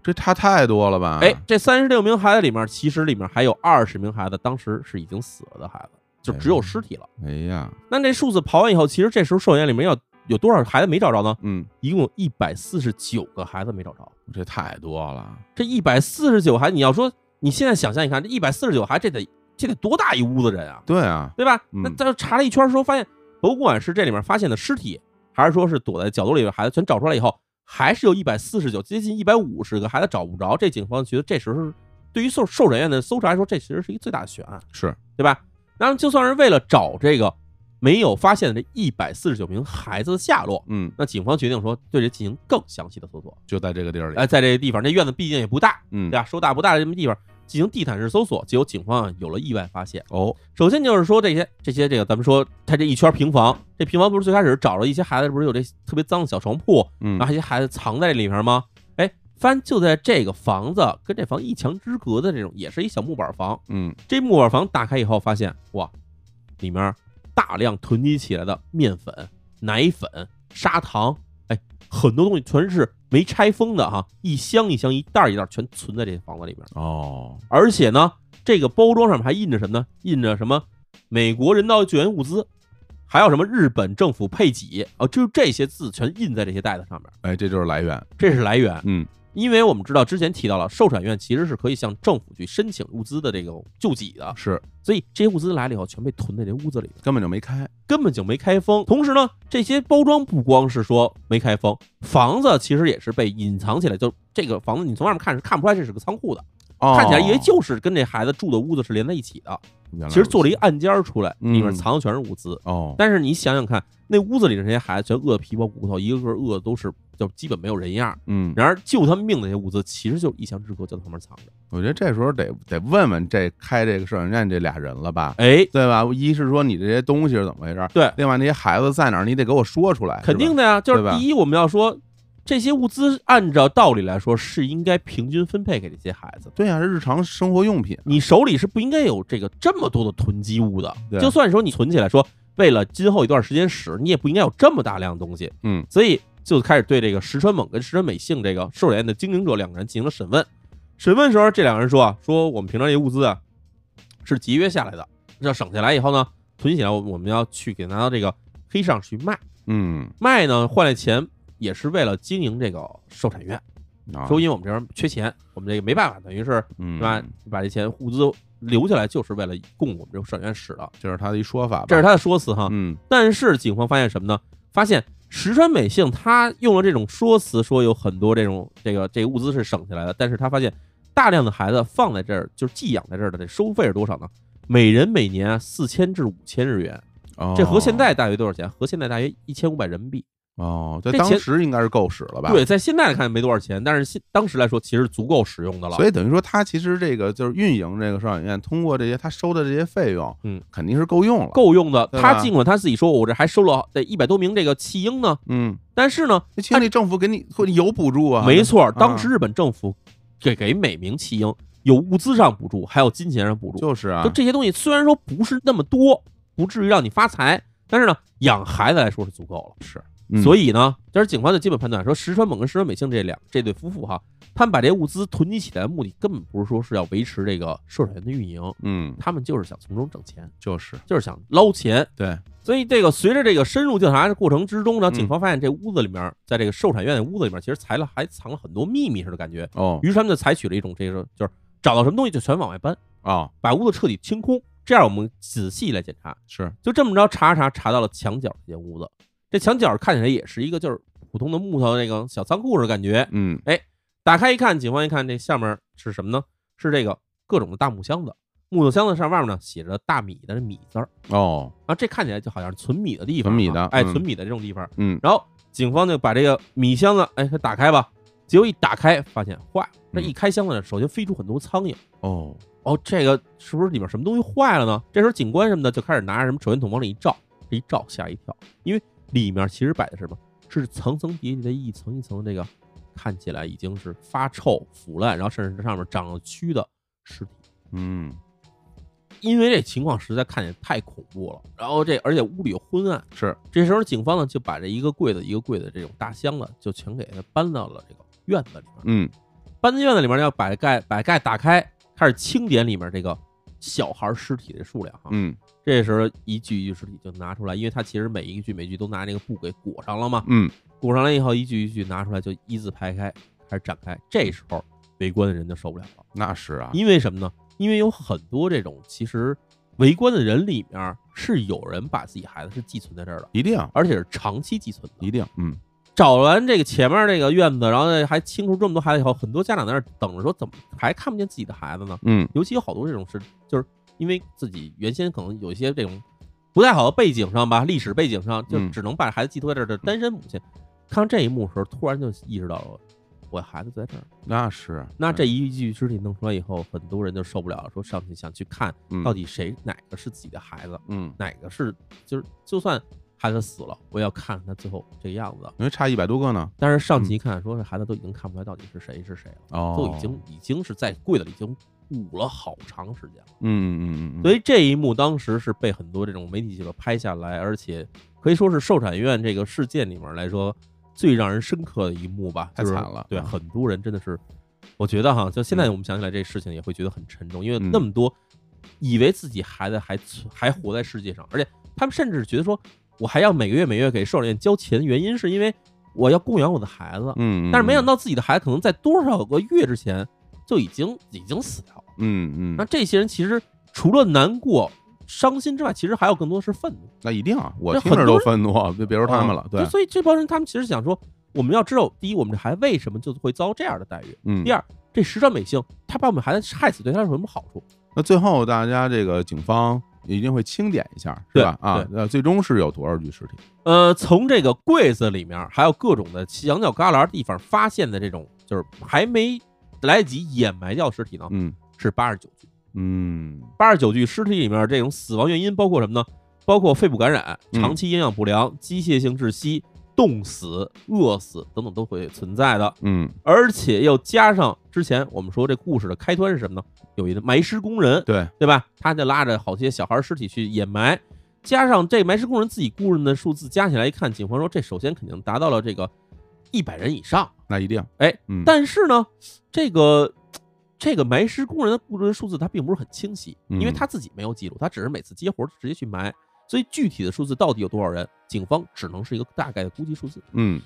[SPEAKER 2] 这差太多了吧？
[SPEAKER 1] 哎，这三十六名孩子里面，其实里面还有二十名孩子当时是已经死了的孩子，就只有尸体了。
[SPEAKER 2] 哎呀，
[SPEAKER 1] 那这数字刨完以后，其实这时候寿险里面要有多少孩子没找着呢？
[SPEAKER 2] 嗯，
[SPEAKER 1] 一共一百四十九个孩子没找着。
[SPEAKER 2] 这太多了。
[SPEAKER 1] 这一百四十九孩，你要说你现在想象一看，这一百四十九孩，这得这得多大一屋子人啊，
[SPEAKER 2] 对啊，
[SPEAKER 1] 对吧？
[SPEAKER 2] 嗯
[SPEAKER 1] 那再查了一圈儿之后，发现不管是这里面发现的尸体，还是说是躲在角落里的孩子，全找出来以后，还是有一百四十九，接近一百五十个孩子找不着。这警方觉得这时候是对于受受审院的搜查来说，这其实是一个最大的悬案，
[SPEAKER 2] 是，
[SPEAKER 1] 对吧？然后就算是为了找这个没有发现的这一百四十九名孩子的下落，
[SPEAKER 2] 嗯，
[SPEAKER 1] 那警方决定说对这进行更详细的搜索。
[SPEAKER 2] 就在这个地儿里。
[SPEAKER 1] 哎，在这个地方，这院子毕竟也不大，
[SPEAKER 2] 嗯
[SPEAKER 1] 对，吧？说大不大的这么地方进行地毯式搜索，结果警方啊有了意外发现。
[SPEAKER 2] 哦，
[SPEAKER 1] 首先就是说这些这些这个，咱们说他这一圈平房，这平房不是最开始找了一些孩子，不是有这特别脏的小床铺，
[SPEAKER 2] 嗯
[SPEAKER 1] 然后，一些孩子藏在这里面吗？哎，发现就在这个房子跟这房一墙之隔的这种，也是一小木板房。
[SPEAKER 2] 嗯，
[SPEAKER 1] 这木板房打开以后，发现哇，里面大量囤积起来的面粉、奶粉、砂糖，哎，很多东西全是没拆封的哈、一箱一箱、一袋一袋全存在这房子里面。
[SPEAKER 2] 哦，
[SPEAKER 1] 而且呢，这个包装上面还印着什么呢？印着什么美国人道救援物资，还有什么日本政府配给啊，就这些字全印在这些袋子上面，
[SPEAKER 2] 哎，这就是来源。
[SPEAKER 1] 这是来源。
[SPEAKER 2] 嗯，
[SPEAKER 1] 因为我们知道之前提到了，寿产院其实是可以向政府去申请物资的这个救济的，
[SPEAKER 2] 是，
[SPEAKER 1] 所以这些物资来了以后，全被囤在这屋子里了，
[SPEAKER 2] 根本就没开。
[SPEAKER 1] 根本就没开封。同时呢，这些包装不光是说没开封，房子其实也是被隐藏起来，就这个房子你从外面看是看不出来这是个仓库的，
[SPEAKER 2] 哦，
[SPEAKER 1] 看起来以为就是跟这孩子住的屋子是连在一起的。
[SPEAKER 2] 原来
[SPEAKER 1] 其实做了一
[SPEAKER 2] 如
[SPEAKER 1] 个暗间儿出来，
[SPEAKER 2] 嗯
[SPEAKER 1] 里面藏的全是物资。
[SPEAKER 2] 此哦，
[SPEAKER 1] 但是你想想看，那屋子里的这些孩子全饿得皮包骨头，一个个饿的都是就基本没有人样儿。
[SPEAKER 2] 嗯，
[SPEAKER 1] 然而救他们命的那些物资，其实就是一墙之隔，就在旁边藏着。
[SPEAKER 2] 我觉得这时候得得问问这开这个摄影院这俩人了吧，
[SPEAKER 1] 哎，
[SPEAKER 2] 对吧？一是说你这些东西是怎么回事，
[SPEAKER 1] 对
[SPEAKER 2] 另外那些孩子在哪儿，你得给我说出来，
[SPEAKER 1] 哎肯定
[SPEAKER 2] 是吧
[SPEAKER 1] 的呀，就
[SPEAKER 2] 对
[SPEAKER 1] 是
[SPEAKER 2] 吧
[SPEAKER 1] 第一，我们要说这些物资按照道理来说是应该平均分配给这些孩子的。
[SPEAKER 2] 对呀、是日常生活用品，
[SPEAKER 1] 你手里是不应该有这个这么多的囤积物的
[SPEAKER 2] 对。
[SPEAKER 1] 就算说你存起来说，为了今后一段时间使，你也不应该有这么大量的东西。
[SPEAKER 2] 嗯，
[SPEAKER 1] 所以就开始对这个石川猛跟石川美幸这个寿险的经营者两个人进行了审问。审问时候，这两个人说啊，说我们平常这物资啊是节约下来的，要省下来以后呢，囤起来，我我们要去给拿到这个黑市上去卖，
[SPEAKER 2] 嗯，
[SPEAKER 1] 卖呢换来钱也是为了经营这个寿产院。
[SPEAKER 2] 啊
[SPEAKER 1] 说因为我们这边缺钱，我们这个没办法，等于是
[SPEAKER 2] 嗯
[SPEAKER 1] 是吧，把这钱物资留下来就是为了供我们这个寿产院使的，
[SPEAKER 2] 这是他的一说法吧，
[SPEAKER 1] 这是他的说辞哈。
[SPEAKER 2] 嗯
[SPEAKER 1] 但是警方发现什么呢？发现石川美幸她用了这种说辞，说有很多这种这个这个物资是省下来的，但是她发现大量的孩子放在这儿，就是寄养在这儿的，这收费是多少呢？每人每年四千至五千日元，
[SPEAKER 2] 哦，
[SPEAKER 1] 这合现在大约多少钱？合现在大约一千五百人民币。
[SPEAKER 2] 哦，在
[SPEAKER 1] 这
[SPEAKER 2] 当
[SPEAKER 1] 钱
[SPEAKER 2] 时应该是够使了吧？
[SPEAKER 1] 对，在现在来看没多少钱，但是现当时来说其实足够使用的了。
[SPEAKER 2] 所
[SPEAKER 1] 以
[SPEAKER 2] 以等于说，他其实这个就是运营这个寿养院，通过这些他收的这些费用，
[SPEAKER 1] 嗯，
[SPEAKER 2] 肯定是够用了，，
[SPEAKER 1] 够用的。
[SPEAKER 2] 对吧
[SPEAKER 1] 他尽管他自己说，我这还收了得一百多名这个弃婴呢，
[SPEAKER 2] 嗯，
[SPEAKER 1] 但是呢，
[SPEAKER 2] 那清理政府给你会有补助啊，
[SPEAKER 1] 没，错，当时日本政府给给每名弃婴有物资上补助，还有金钱上补助。
[SPEAKER 2] 就是啊
[SPEAKER 1] 就，这些东西虽然说不是那么多，不至于让你发财，但是呢，养孩子来说是足够了。是，所
[SPEAKER 2] 以
[SPEAKER 1] 以呢，但是警方就基本判断说，石川猛跟石川美幸这两这对夫妇哈，他们把这些物资囤积起来的目的，根本不是说是要维持这个社产院的运营，
[SPEAKER 2] 嗯，
[SPEAKER 1] 他们就是想从中挣钱，
[SPEAKER 2] 就是
[SPEAKER 1] 就是想捞钱。
[SPEAKER 2] 对，
[SPEAKER 1] 所以，这个随着这个深入调查的过程之中呢，
[SPEAKER 2] 嗯
[SPEAKER 1] 警方发现这屋子里面，在这个寿产院的屋子里面，其实藏了还藏了很多秘密似的感觉。
[SPEAKER 2] 哦
[SPEAKER 1] 于是他们就采取了一种这个，就是找到什么东西就全往外搬，
[SPEAKER 2] 哦，
[SPEAKER 1] 把屋子彻底清空。这样我们仔细来检查，
[SPEAKER 2] 是，
[SPEAKER 1] 就这么着查查查到了墙角这间屋子。这墙角看起来也是一个就是普通的木头那个小仓库似的感觉。
[SPEAKER 2] 嗯，
[SPEAKER 1] 打开一看，警方一看这下面是什么呢？是这个各种的大木箱子，木头箱子上外面呢写着大米的米字儿。
[SPEAKER 2] 哦，
[SPEAKER 1] 啊，这看起来就好像是存米的地方啊，
[SPEAKER 2] 存米的
[SPEAKER 1] 哎，
[SPEAKER 2] 嗯
[SPEAKER 1] 存米的这种地方。
[SPEAKER 2] 嗯
[SPEAKER 1] 然后警方就把这个米箱子，哎，它打开吧。结果一打开，发现坏了。这一开箱子，首先飞出很多苍蝇。
[SPEAKER 2] 哦，
[SPEAKER 1] 哦，这个是不是里面什么东西坏了呢？这时候警官什么的就开始拿着什么手电筒往里一照，这一照吓一跳，因为里面其实摆的是什么？是层层叠叠的一层一层的这个看起来已经是发臭、腐烂，然后甚至这上面长了蛆的尸体。
[SPEAKER 2] 嗯，
[SPEAKER 1] 因为这情况实在看见太恐怖了，然后这而且屋里又昏暗，
[SPEAKER 2] 是
[SPEAKER 1] 这时候警方呢就把这一个柜子一个柜子这种大箱子就全给它搬到了这个院子里面。
[SPEAKER 2] 嗯，
[SPEAKER 1] 搬进院子里面要把盖把盖打开，开始清点里面这个小孩尸体的数量啊。
[SPEAKER 2] 嗯
[SPEAKER 1] 这时候一具一具尸体就拿出来，因为他其实每一具每具都拿那个布给裹上了嘛，
[SPEAKER 2] 嗯，
[SPEAKER 1] 裹上来以后一具一具拿出来就一字排开开始展开。这时候围观的人就受不了了，
[SPEAKER 2] 那是啊，
[SPEAKER 1] 因为什么呢？因为有很多这种其实围观的人里面是有人把自己孩子是寄存在这儿的，
[SPEAKER 2] 一定
[SPEAKER 1] 而且是长期寄存的
[SPEAKER 2] 一。定，嗯
[SPEAKER 1] 找完这个前面这个院子，然后呢还清除这么多孩子以后，很多家长在那儿等着说，怎么还看不见自己的孩子呢？
[SPEAKER 2] 嗯
[SPEAKER 1] 尤其有好多这种事，就是因为自己原先可能有一些这种不太好的背景上吧，历史背景上，就
[SPEAKER 2] 嗯
[SPEAKER 1] 只能把孩子寄托在这儿的单身母亲，看到这一幕的时候，突然就意识到了我孩子在这儿。
[SPEAKER 2] 那是，
[SPEAKER 1] 那
[SPEAKER 2] 嗯
[SPEAKER 1] 这一具尸体弄出来以后，很多人就受不了了，说上去想去看
[SPEAKER 2] 嗯
[SPEAKER 1] 到底谁哪个是自己的孩子，
[SPEAKER 2] 嗯，
[SPEAKER 1] 哪个是就是就算孩子死了，我也要看看他最后这个样子。
[SPEAKER 2] 因为差一百多个呢，
[SPEAKER 1] 但是上级一看，说这孩子都已经看不出来到底是谁是谁了，
[SPEAKER 2] 嗯哦，
[SPEAKER 1] 都已经已经是在柜子里已经捂了好长时间了。
[SPEAKER 2] 嗯，嗯嗯嗯嗯，
[SPEAKER 1] 所以这一幕当时是被很多这种媒体记者拍下来，而且可以说是寿产院这个事件里面来说最让人深刻的一幕吧。
[SPEAKER 2] 太
[SPEAKER 1] 就是
[SPEAKER 2] 惨了
[SPEAKER 1] 对
[SPEAKER 2] 嗯
[SPEAKER 1] 很多人真的是，我觉得哈，就现在我们想起来这事情也会觉得很沉重，因为那么多
[SPEAKER 2] 嗯
[SPEAKER 1] 以为自己孩子还存还活在世界上，而且他们甚至觉得说我还要每个月每月给寿产院交钱，原因是因为我要供养我的孩子，
[SPEAKER 2] 嗯，嗯，
[SPEAKER 1] 但是没想
[SPEAKER 2] 到，
[SPEAKER 1] 到自己的孩子可能在多少个月之前就已经已经死掉了。
[SPEAKER 2] 嗯嗯，
[SPEAKER 1] 那这些人其实除了难过、伤心之外，其实还有更多是愤怒。
[SPEAKER 2] 那一定啊，我
[SPEAKER 1] 这
[SPEAKER 2] 听着
[SPEAKER 1] 很
[SPEAKER 2] 都
[SPEAKER 1] 多
[SPEAKER 2] 愤怒，
[SPEAKER 1] <laughs>
[SPEAKER 2] 就别说他们了
[SPEAKER 1] 啊，
[SPEAKER 2] 对
[SPEAKER 1] 就，所以这帮人他们其实想说，我们要知道，第一，我们这孩子为什么就会遭这样的待遇；
[SPEAKER 2] 嗯
[SPEAKER 1] 第，二，这石川美幸他把我们孩子害死，对他有什么好处？
[SPEAKER 2] 那最后大家这个警方一定会清点一下，是吧？
[SPEAKER 1] 对
[SPEAKER 2] 啊，
[SPEAKER 1] 对
[SPEAKER 2] 那最终是有多少具尸体？
[SPEAKER 1] 呃，从这个柜子里面，还有各种的墙角旮旯地方发现的这种，就是还没来得及掩埋掉尸体呢，
[SPEAKER 2] 嗯
[SPEAKER 1] 是八十九具。
[SPEAKER 2] 嗯
[SPEAKER 1] 八十九具尸体里面，这种死亡原因包括什么呢？包括肺部感染、
[SPEAKER 2] 嗯
[SPEAKER 1] 长期营养不良、机械性窒息、冻死、饿死等等都会存在的。
[SPEAKER 2] 嗯，
[SPEAKER 1] 而且又加上之前我们说这故事的开端是什么呢？有一个埋尸工人，
[SPEAKER 2] 对，
[SPEAKER 1] 对吧？他就拉着好些小孩尸体去掩埋，加上这埋尸工人自己雇人的数字加起来一看，警方说这首先肯定达到了这个一百人以上。
[SPEAKER 2] 那一定，
[SPEAKER 1] 哎，
[SPEAKER 2] 嗯，
[SPEAKER 1] 但是呢，这个这个埋尸工人的雇佣数字它并不是很清晰，
[SPEAKER 2] 嗯
[SPEAKER 1] 因为他自己没有记录，他只是每次接活儿直接去埋，所以具体的数字到底有多少人，警方只能是一个大概的估计数字。
[SPEAKER 2] 嗯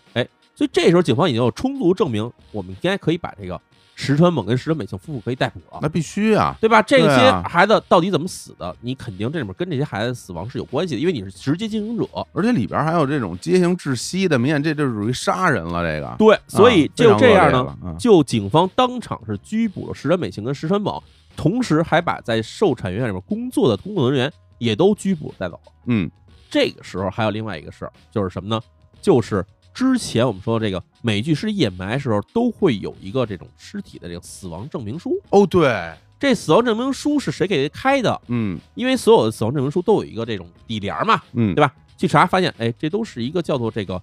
[SPEAKER 1] 所以这时候警方已经有充足证明，我们应该可以把这个石川猛跟石川美幸夫妇可以逮捕了。
[SPEAKER 2] 那必须啊，
[SPEAKER 1] 对吧？这
[SPEAKER 2] 对
[SPEAKER 1] 些
[SPEAKER 2] 啊
[SPEAKER 1] 孩子到底怎么死的？你肯定这里面跟这些孩子死亡是有关系的，因为你是直接经营者。
[SPEAKER 2] 而且里边还有这种畸形窒息的，明显这就属于杀人了，这个，啊，
[SPEAKER 1] 对，所以
[SPEAKER 2] 非常
[SPEAKER 1] 就这样呢，
[SPEAKER 2] 恶劣了，嗯
[SPEAKER 1] 就警方当场是拘捕了石川美幸跟石川宝，同时还把在寿产院里面工作的工作人员也都拘捕带走了。
[SPEAKER 2] 嗯
[SPEAKER 1] 这个时候还有另外一个事儿，就是什么呢？就是之前我们说的这个每具尸体掩埋的时候都会有一个这种尸体的这个死亡证明书。
[SPEAKER 2] 哦对，
[SPEAKER 1] 这死亡证明书是谁给开的？
[SPEAKER 2] 嗯
[SPEAKER 1] 因为所有的死亡证明书都有一个这种底联儿嘛，
[SPEAKER 2] 嗯
[SPEAKER 1] 对吧？去查发现，哎，这都是一个叫做这个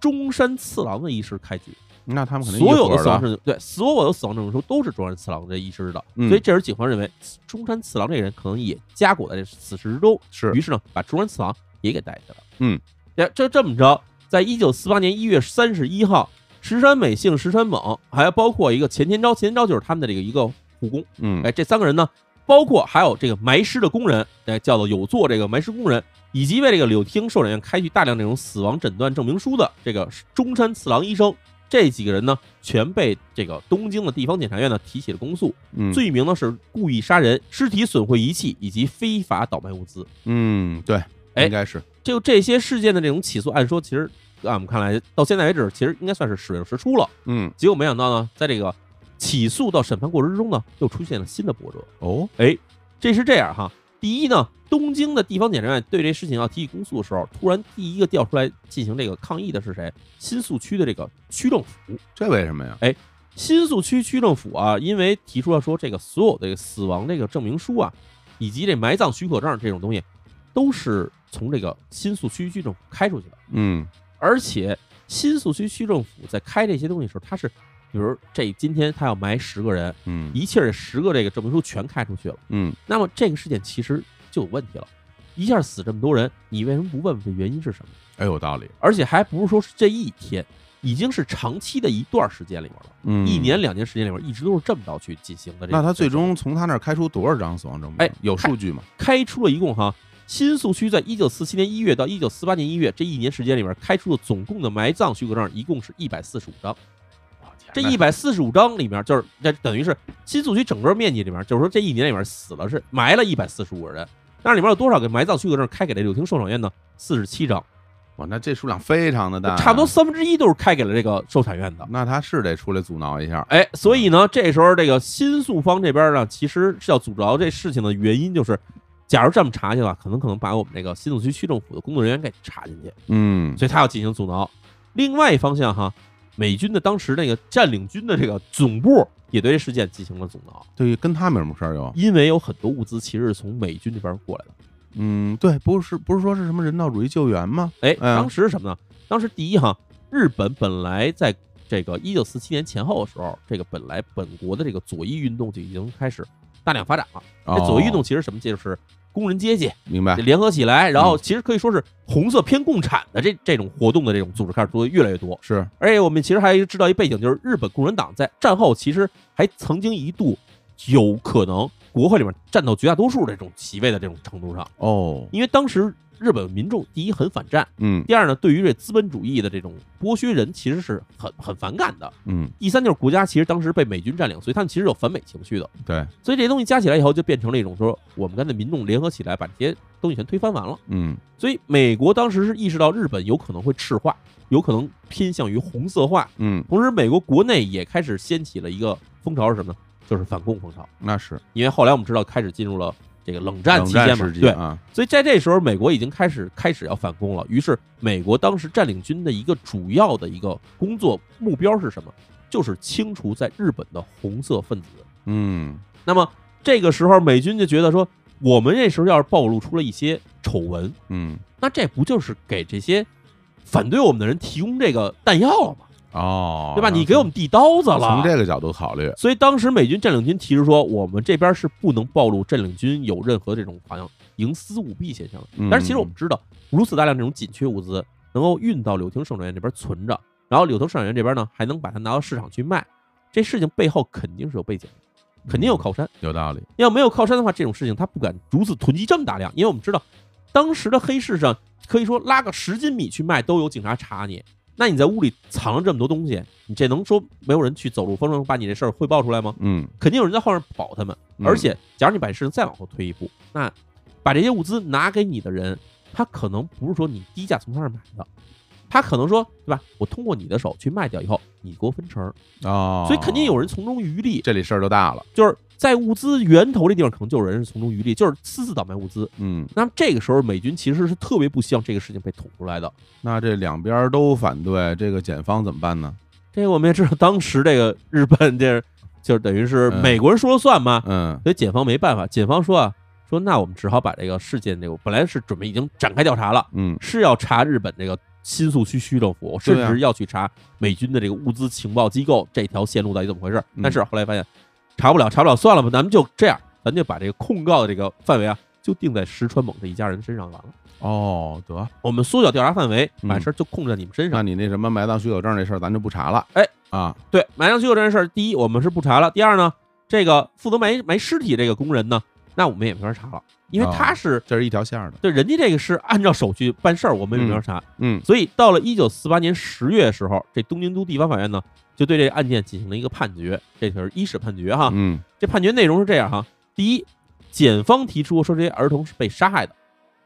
[SPEAKER 1] 中山次郎的医师开具。
[SPEAKER 2] 那他们肯定
[SPEAKER 1] 所有的
[SPEAKER 2] 一伙儿
[SPEAKER 1] 死亡
[SPEAKER 2] 的，
[SPEAKER 1] 证明对所有的死亡证明书都是中山次郎这一师的，
[SPEAKER 2] 嗯
[SPEAKER 1] 所以这时候警方认为中山次郎这个人可能也夹裹在这此事之中，
[SPEAKER 2] 是
[SPEAKER 1] 于是呢把中山次郎也给带去了。
[SPEAKER 2] 嗯，
[SPEAKER 1] 这这这么着，在一九四八年一月三十一号，石山美幸、石山猛，还有包括一个钱天昭，钱天昭就是他们的这个一个护工，
[SPEAKER 2] 嗯
[SPEAKER 1] 哎，这三个人呢，包括还有这个埋尸的工人，哎，叫做有做这个埋尸工人，以及为这个柳町寿产院开具大量这种死亡诊断证明书的这个中山次郎医生，这几个人呢，全被这个东京的地方检察院呢提起了公诉，
[SPEAKER 2] 嗯
[SPEAKER 1] 罪名呢是故意杀人、尸体损毁仪器以及非法倒卖物资。
[SPEAKER 2] 嗯对，
[SPEAKER 1] 哎
[SPEAKER 2] 应该是
[SPEAKER 1] 就这些事件的这种起诉，按说其实按我们看来，到现在为止，其实应该算是水落石出了。
[SPEAKER 2] 嗯
[SPEAKER 1] 结果没想到呢，在这个起诉到审判过程之中呢，又出现了新的波折。
[SPEAKER 2] 哦
[SPEAKER 1] 哎这是这样哈。第一呢，东京的地方检察院对这事情要提起公诉的时候，突然第一个调出来进行这个抗议的是谁？新宿区的这个区政府。
[SPEAKER 2] 这为什么呀？
[SPEAKER 1] 新宿区区政府啊，因为提出了说这个所有的死亡这个证明书啊，以及这埋葬许可证这种东西，都是从这个新宿区区政府开出去的。
[SPEAKER 2] 嗯
[SPEAKER 1] 而且新宿区区政府在开这些东西的时候，他是，比如这今天他要埋十个人，
[SPEAKER 2] 嗯
[SPEAKER 1] 一气儿这十个这个证明书全开出去了，
[SPEAKER 2] 嗯，
[SPEAKER 1] 那么这个事件其实就有问题了。一下死这么多人，你为什么不问问原因是什么？
[SPEAKER 2] 哎，有道理。
[SPEAKER 1] 而且还不是说是这一天，已经是长期的一段时间里面了。
[SPEAKER 2] 嗯，
[SPEAKER 1] 一年两年时间里面，一直都是这么着去进行的这个。
[SPEAKER 2] 那他最终从他那儿开出多少张死亡证明？
[SPEAKER 1] 哎
[SPEAKER 2] 有数据吗？
[SPEAKER 1] 开出了一共哈，新宿区在一九四七年一月到一九四八年一月这一年时间里面，开出的总共的埋葬许可证一共是一百四十五张。这一百四十五张里面，就是这等于是新宿区整个面积里面，就是说这一年里面死了是埋了一百四十五个人，那里面有多少个埋葬许可证开给了柳亭受赏院呢？四十七张，
[SPEAKER 2] 哇，那这数量非常的大，啊
[SPEAKER 1] 差不多。三分之一都是开给了这个受产院的。
[SPEAKER 2] 那他是得出来阻挠一下。
[SPEAKER 1] 哎，所以呢，这时候这个新宿方这边呢，其实是要阻挠这事情的原因就是，假如这么查去了，可能可能把我们这个新宿区区政府的工作人员给查进去，
[SPEAKER 2] 嗯，
[SPEAKER 1] 所以他要进行阻挠。另外一方向哈，美军的当时那个占领军的这个总部也对这事件进行了阻挠，
[SPEAKER 2] 对，跟他没什么事儿又。
[SPEAKER 1] 因为有很多物资其实是从美军这边过来的。
[SPEAKER 2] 嗯，对，不是不是说是什么人道主义救援吗？
[SPEAKER 1] 哎，
[SPEAKER 2] 嗯
[SPEAKER 1] 当时是什么呢？当时第一哈，日本本来在这个一九四七年前后的时候，这个本来本国的这个左翼运动就已经开始大量发展了。
[SPEAKER 2] 哦哎
[SPEAKER 1] 这左翼运动其实什么？就是工人阶级
[SPEAKER 2] 明白
[SPEAKER 1] 这。联合起来，然后其实可以说是红色偏共产的这这种活动的这种组织开始多越来越多。
[SPEAKER 2] 是，
[SPEAKER 1] 而且我们其实还知道一背景，就是日本共产党在战后其实还曾经一度有可能国会里面占到绝大多数这种席位的这种程度上，
[SPEAKER 2] 哦，
[SPEAKER 1] 因为当时日本民众第一很反战，
[SPEAKER 2] 嗯
[SPEAKER 1] 第二呢对于这资本主义的这种剥削人其实是很很反感的，
[SPEAKER 2] 嗯，
[SPEAKER 1] 第三就是国家其实当时被美军占领，所以他们其实有反美情绪的。
[SPEAKER 2] 对，
[SPEAKER 1] 所以这些东西加起来以后，就变成了一种说，我们干脆民众联合起来把这些东西全推翻完了。
[SPEAKER 2] 嗯
[SPEAKER 1] 所以美国当时是意识到日本有可能会赤化，有可能偏向于红色化，
[SPEAKER 2] 嗯，
[SPEAKER 1] 同时美国国内也开始掀起了一个风潮是什么呢？就是反共风潮。
[SPEAKER 2] 那是
[SPEAKER 1] 因为后来我们知道开始进入了这个冷战
[SPEAKER 2] 冷
[SPEAKER 1] 期
[SPEAKER 2] 战
[SPEAKER 1] 间嘛
[SPEAKER 2] 时，期
[SPEAKER 1] 对，
[SPEAKER 2] 啊，
[SPEAKER 1] 所以在这时候美国已经开始开始要反攻了。于是美国当时占领军的一个主要的一个工作目标是什么？就是清除在日本的红色分子。
[SPEAKER 2] 嗯
[SPEAKER 1] 那么这个时候，美军就觉得说，我们这时候要是暴露出了一些丑闻，
[SPEAKER 2] 嗯，
[SPEAKER 1] 那这不就是给这些反对我们的人提供这个弹药了吗？
[SPEAKER 2] 哦，
[SPEAKER 1] 对吧？
[SPEAKER 2] 那
[SPEAKER 1] 你给我们递刀子
[SPEAKER 2] 从从
[SPEAKER 1] 了。
[SPEAKER 2] 这个角度考虑，
[SPEAKER 1] 所以当时美军占领军提出说，我们这边是不能暴露占领军有任何这种好像营私舞弊现象的。
[SPEAKER 2] 嗯
[SPEAKER 1] 但是其实我们知道，如此大量这种紧缺物资能够运到柳亭生产园这边存着，然后柳亭生产园这边呢还能把它拿到市场去卖，这事情背后肯定是有背景
[SPEAKER 2] 嗯
[SPEAKER 1] 的，肯定有靠山。
[SPEAKER 2] 有道理，
[SPEAKER 1] 要没有靠山的话，这种事情他不敢如此囤积这么大量，因为我们知道，当时的黑市上可以说拉个十斤米去卖都有警察查你。那你在屋里藏了这么多东西，你这能说没有人去走漏风声把你这事儿汇报出来吗？
[SPEAKER 2] 嗯，
[SPEAKER 1] 肯定有人在后面保他们。
[SPEAKER 2] 嗯
[SPEAKER 1] 而且，假如你把这事情再往后推一步，那把这些物资拿给你的人，他可能不是说你低价从他那儿买的，他可能说，对吧？我通过你的手去卖掉以后，你给我分成，
[SPEAKER 2] 哦，
[SPEAKER 1] 所以肯定有人从中渔利。
[SPEAKER 2] 这里事儿就大了，
[SPEAKER 1] 就是在物资源头这地方，可能就有人是从中渔利，就是私自倒卖物资。
[SPEAKER 2] 嗯，
[SPEAKER 1] 那么这个时候，美军其实是特别不希望这个事情被捅出来的。
[SPEAKER 2] 那这两边儿都反对，这个检方怎么办呢？
[SPEAKER 1] 这个我们也知道，当时这个日本这就是等于是
[SPEAKER 2] 嗯
[SPEAKER 1] 美国人说了算嘛，
[SPEAKER 2] 嗯
[SPEAKER 1] 所以检方没办法，检方说啊，说那我们只好把这个事件这个本来是准备已经展开调查了，
[SPEAKER 2] 嗯，
[SPEAKER 1] 是要查日本这个新宿区区政府，甚
[SPEAKER 2] 对啊
[SPEAKER 1] 至要去查美军的这个物资情报机构这条线路到底怎么回事。
[SPEAKER 2] 嗯
[SPEAKER 1] 但是后来发现查不了，查不了，算了吧，咱们就这样，咱就把这个控告的这个范围啊，就定在石川猛这一家人身上完了。
[SPEAKER 2] 哦，得，
[SPEAKER 1] 我们缩小调查范围，
[SPEAKER 2] 嗯
[SPEAKER 1] 把事儿就控制在你们身上。
[SPEAKER 2] 那你那什么埋葬许可证这事儿，咱就不查了，
[SPEAKER 1] 哎
[SPEAKER 2] 啊，
[SPEAKER 1] 对，埋葬机构这件事儿，第一我们是不查了，第二呢，这个负责埋埋尸体这个工人呢，那我们也没法查了，因为
[SPEAKER 2] 哦
[SPEAKER 1] 他是。
[SPEAKER 2] 这是一条线儿的，
[SPEAKER 1] 对，人家这个是按照手续办事儿，我们也没法查。
[SPEAKER 2] 嗯
[SPEAKER 1] 所以到了一九四八年十月时候，这东京都地方法院呢就对这个案件进行了一个判决，这可是一审判决哈。
[SPEAKER 2] 嗯
[SPEAKER 1] 这判决内容是这样哈：第一，检方提出说这些儿童是被杀害的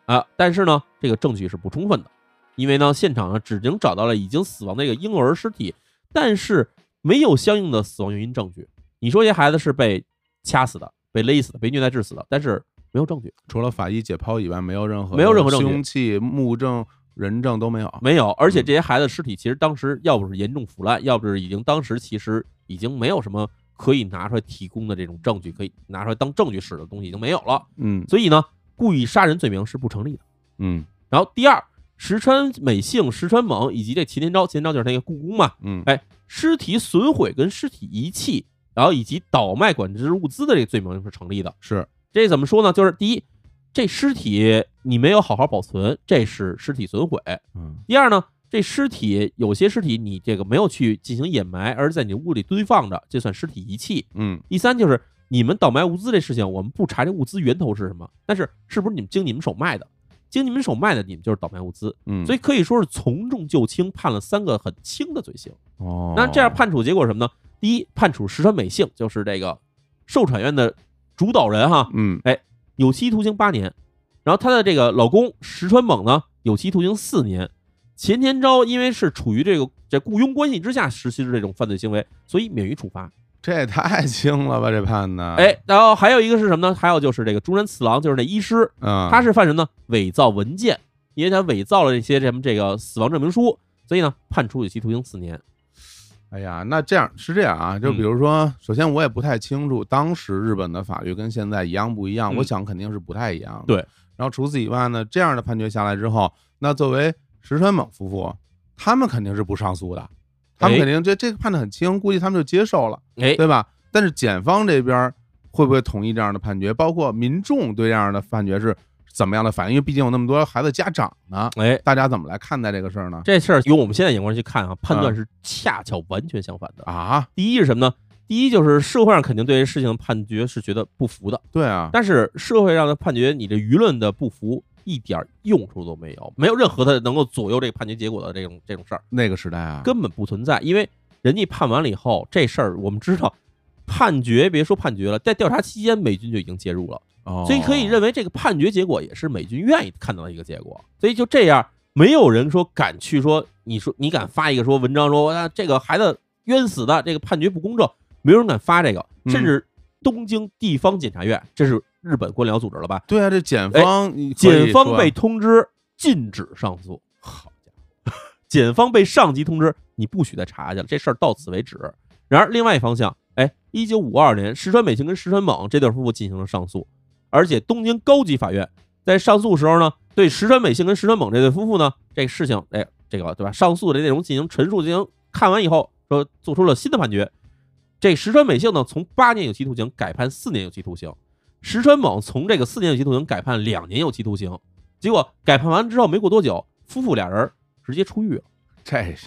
[SPEAKER 1] 啊，但是呢，这个证据是不充分的，因为呢，现场呢只能找到了已经死亡的一个婴幼儿尸体，但是没有相应的死亡原因证据。你说这些孩子是被掐死的、被勒死的、被虐待致死的，但是没有证据，
[SPEAKER 2] 除了法医解剖以外，没有任何
[SPEAKER 1] 没有任何证据
[SPEAKER 2] 凶器、目证、人证都没有。
[SPEAKER 1] 没有。而且
[SPEAKER 2] 嗯
[SPEAKER 1] 这些孩子尸体其实当时要不是严重腐烂，要不是已经当时其实已经没有什么可以拿出来提供的这种证据，可以拿出来当证据使的东西已经没有了。
[SPEAKER 2] 嗯
[SPEAKER 1] 所以呢，故意杀人罪名是不成立的。
[SPEAKER 2] 嗯
[SPEAKER 1] 然后第二，石川美幸、石川猛以及这齐天昭，齐天昭就是那个故宫嘛，
[SPEAKER 2] 嗯
[SPEAKER 1] 哎，尸体损毁跟尸体遗弃，然后以及倒卖管制物资的这个罪名是成立的。
[SPEAKER 2] 是
[SPEAKER 1] 这怎么说呢？就是第一，这尸体你没有好好保存，这是尸体损毁；
[SPEAKER 2] 嗯
[SPEAKER 1] 第二呢，这尸体有些尸体你这个没有去进行掩埋，而是在你屋里堆放着，这算尸体遗弃；
[SPEAKER 2] 嗯
[SPEAKER 1] 第三就是你们倒卖物资这事情，我们不查这物资源头是什么，但是是不是你们经你们手卖的？经你们手卖的，你们就是倒卖物资，
[SPEAKER 2] 嗯，
[SPEAKER 1] 所以
[SPEAKER 2] 以
[SPEAKER 1] 可以说是从重就轻，判了三个很轻的罪行。
[SPEAKER 2] 哦，
[SPEAKER 1] 那这样判处结果是什么呢？第一，判处石川美幸，就是这个受产院的主导人哈，
[SPEAKER 2] 嗯
[SPEAKER 1] 有期徒刑八年。然后她的这个老公石川猛呢，有期徒刑四年。钱天昭因为是处于这个在雇佣关系之下实施的这种犯罪行为，所以免于处罚。
[SPEAKER 2] 这也太轻了吧，这判的
[SPEAKER 1] 哎，然后还有一个是什么呢？还有就是这个中山次郎，就是那医师，
[SPEAKER 2] 啊，
[SPEAKER 1] 他是犯什么呢？伪造文件，因为他伪造了这些什么这个死亡证明书，所以呢判处有期徒刑四年。
[SPEAKER 2] 哎呀，那这样是这样啊，
[SPEAKER 1] 嗯
[SPEAKER 2] 就比如说，首先我也不太清楚当时日本的法律跟现在一样不一样，
[SPEAKER 1] 嗯
[SPEAKER 2] 我想肯定是不太一样的。
[SPEAKER 1] 对
[SPEAKER 2] 然后除此以外呢，这样的判决下来之后，那作为石川猛夫妇，他们肯定是不上诉的，他们
[SPEAKER 1] 哎
[SPEAKER 2] 肯定这这个判的很轻，估计他们就接受了，
[SPEAKER 1] 哎，
[SPEAKER 2] 对吧？但是检方这边儿会不会同意这样的判决？包括民众对这样的判决是怎么样的反应？因为毕竟有那么多孩子家长呢，
[SPEAKER 1] 哎，
[SPEAKER 2] 大家怎么来看待这个事儿呢？
[SPEAKER 1] 这事儿用我们现在眼光去看啊，判断
[SPEAKER 2] 嗯
[SPEAKER 1] 是恰巧完全相反的。
[SPEAKER 2] 啊，
[SPEAKER 1] 第一是什么呢？第一就是社会上肯定对这事情的判决是觉得不服的，
[SPEAKER 2] 对啊，
[SPEAKER 1] 但是社会上的判决，你这舆论的不服一点用处都没有，没有任何的能够左右这个判决结果的这种这种事儿
[SPEAKER 2] 那个时代啊，
[SPEAKER 1] 根本不存在，因为人家判完了以后，这事儿我们知道。判决别说判决了，在调查期间，美军就已经介入了，
[SPEAKER 2] 哦
[SPEAKER 1] 所以可以认为这个判决结果也是美军愿意看到的一个结果。所以就这样，没有人说敢去说，你说你敢发一个说文章说啊这个孩子冤死的，这个判决不公正，没有人敢发这个，
[SPEAKER 2] 嗯
[SPEAKER 1] 甚至东京地方检察院，这是日本官僚组织了吧？
[SPEAKER 2] 对啊，这检
[SPEAKER 1] 哎
[SPEAKER 2] 方你可以
[SPEAKER 1] 检方
[SPEAKER 2] 说
[SPEAKER 1] 被通知禁止上诉，好家伙， <laughs> 检方被上级通知你不许再查去了，这事儿到此为止。然而，另外一方向，哎，一九五二年，石川美幸跟石川猛这对夫妇进行了上诉，而且东京高级法院在上诉时候呢，对石川美幸跟石川猛这对夫妇呢，这个事情，哎，这个对吧？上诉的内容进行陈述，进行看完以后，说做出了新的判决。这石川美幸呢，从八年有期徒刑改判四年有期徒刑，石川猛从这个四年有期徒刑改判两年有期徒刑，结果改判完之后没过多久，夫妇俩人直接出狱了。
[SPEAKER 2] 这是，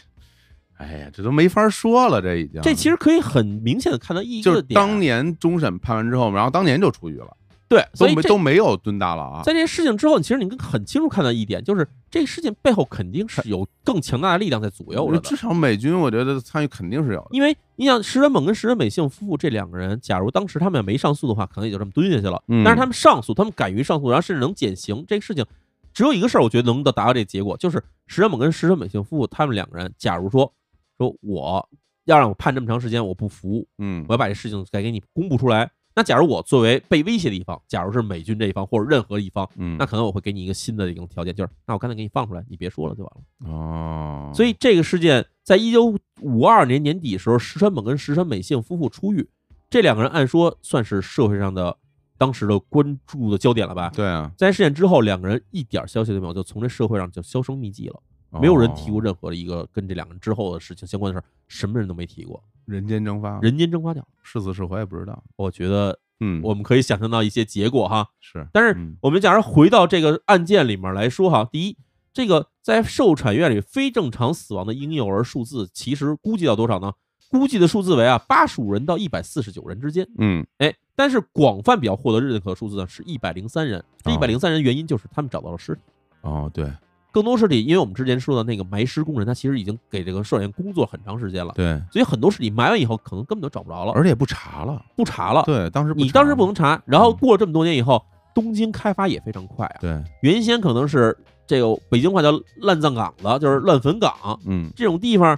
[SPEAKER 2] 哎呀，这都没法说了，这已经
[SPEAKER 1] 这其实可以很明显的看到一
[SPEAKER 2] 啊就
[SPEAKER 1] 个
[SPEAKER 2] 是
[SPEAKER 1] 点，啊
[SPEAKER 2] 当年终审判完之后，然后当年就出狱了，
[SPEAKER 1] 对，所
[SPEAKER 2] 都
[SPEAKER 1] 以
[SPEAKER 2] 没
[SPEAKER 1] 这
[SPEAKER 2] 都没有蹲大牢啊。
[SPEAKER 1] 在这事情之后，其实你能很清楚看到一点，就是这事情背后肯定是有更强大的力量在左右
[SPEAKER 2] 我
[SPEAKER 1] 着
[SPEAKER 2] 觉
[SPEAKER 1] 的
[SPEAKER 2] 得至。少美军，我觉得参与肯定是有的。
[SPEAKER 1] 因为你想，石原猛跟石原美幸夫妇这两个人，假如当时他们要没上诉的话，可能也就这么蹲下去了。
[SPEAKER 2] 嗯
[SPEAKER 1] 但是他们上诉，他们敢于上诉，然后甚至能减刑，这个事情只有一个事儿，我觉得能够达到这个结果，就是石原猛跟石原美幸夫妇他们两个人，假如说说我要让我判这么长时间，我不服，
[SPEAKER 2] 嗯
[SPEAKER 1] 我要把这事情再给你公布出来。那假如我作为被威胁的一方，假如是美军这一方或者任何一方，
[SPEAKER 2] 嗯
[SPEAKER 1] 那可能我会给你一个新的一种条件，就是那我刚才给你放出来，你别说了就完了。
[SPEAKER 2] 哦，
[SPEAKER 1] 所以这个事件在一九五二年年底时候，石川猛跟石川美幸夫妇出狱，这两个人按说算是社会上的当时的关注的焦点了吧？
[SPEAKER 2] 对啊，
[SPEAKER 1] 在事件之后，两个人一点消息都没有，就从这社会上就销声匿迹了，没有人提过
[SPEAKER 2] 哦
[SPEAKER 1] 任何一个跟这两个人之后的事情相关的事儿，什么人都没提过，
[SPEAKER 2] 人间蒸发，
[SPEAKER 1] 人间蒸发掉了。
[SPEAKER 2] 是死是活也不知道。
[SPEAKER 1] 我觉得
[SPEAKER 2] 嗯，
[SPEAKER 1] 我们可以想象到一些结果哈，
[SPEAKER 2] 是，
[SPEAKER 1] 但是
[SPEAKER 2] 嗯
[SPEAKER 1] 我们假如回到这个案件里面来说哈，第一，这个在受产院里非正常死亡的婴幼儿数字，其实估计到多少呢？估计的数字为啊八十五人到一百四十九人之间。
[SPEAKER 2] 嗯
[SPEAKER 1] 哎，但是广泛比较获得认可的数字呢是一百零三人。这
[SPEAKER 2] 哦
[SPEAKER 1] 一百零三人原因就是他们找到了尸体，
[SPEAKER 2] 哦对
[SPEAKER 1] 更多尸体，因为我们之前说的那个埋尸工人，他其实已经给这个受产院工作很长时间了，
[SPEAKER 2] 对，
[SPEAKER 1] 所以很多尸体埋完以后可能根本就找不着了，
[SPEAKER 2] 而且也不查了。
[SPEAKER 1] 不查了。
[SPEAKER 2] 对，当时
[SPEAKER 1] 哦你当时不
[SPEAKER 2] 查
[SPEAKER 1] 能查，然后
[SPEAKER 2] 嗯
[SPEAKER 1] 过了这么多年以后，东京开发也非常快啊。
[SPEAKER 2] 对，
[SPEAKER 1] 原先可能是这个北京话叫烂葬岗子，就是乱坟岗
[SPEAKER 2] 嗯
[SPEAKER 1] 这种地方，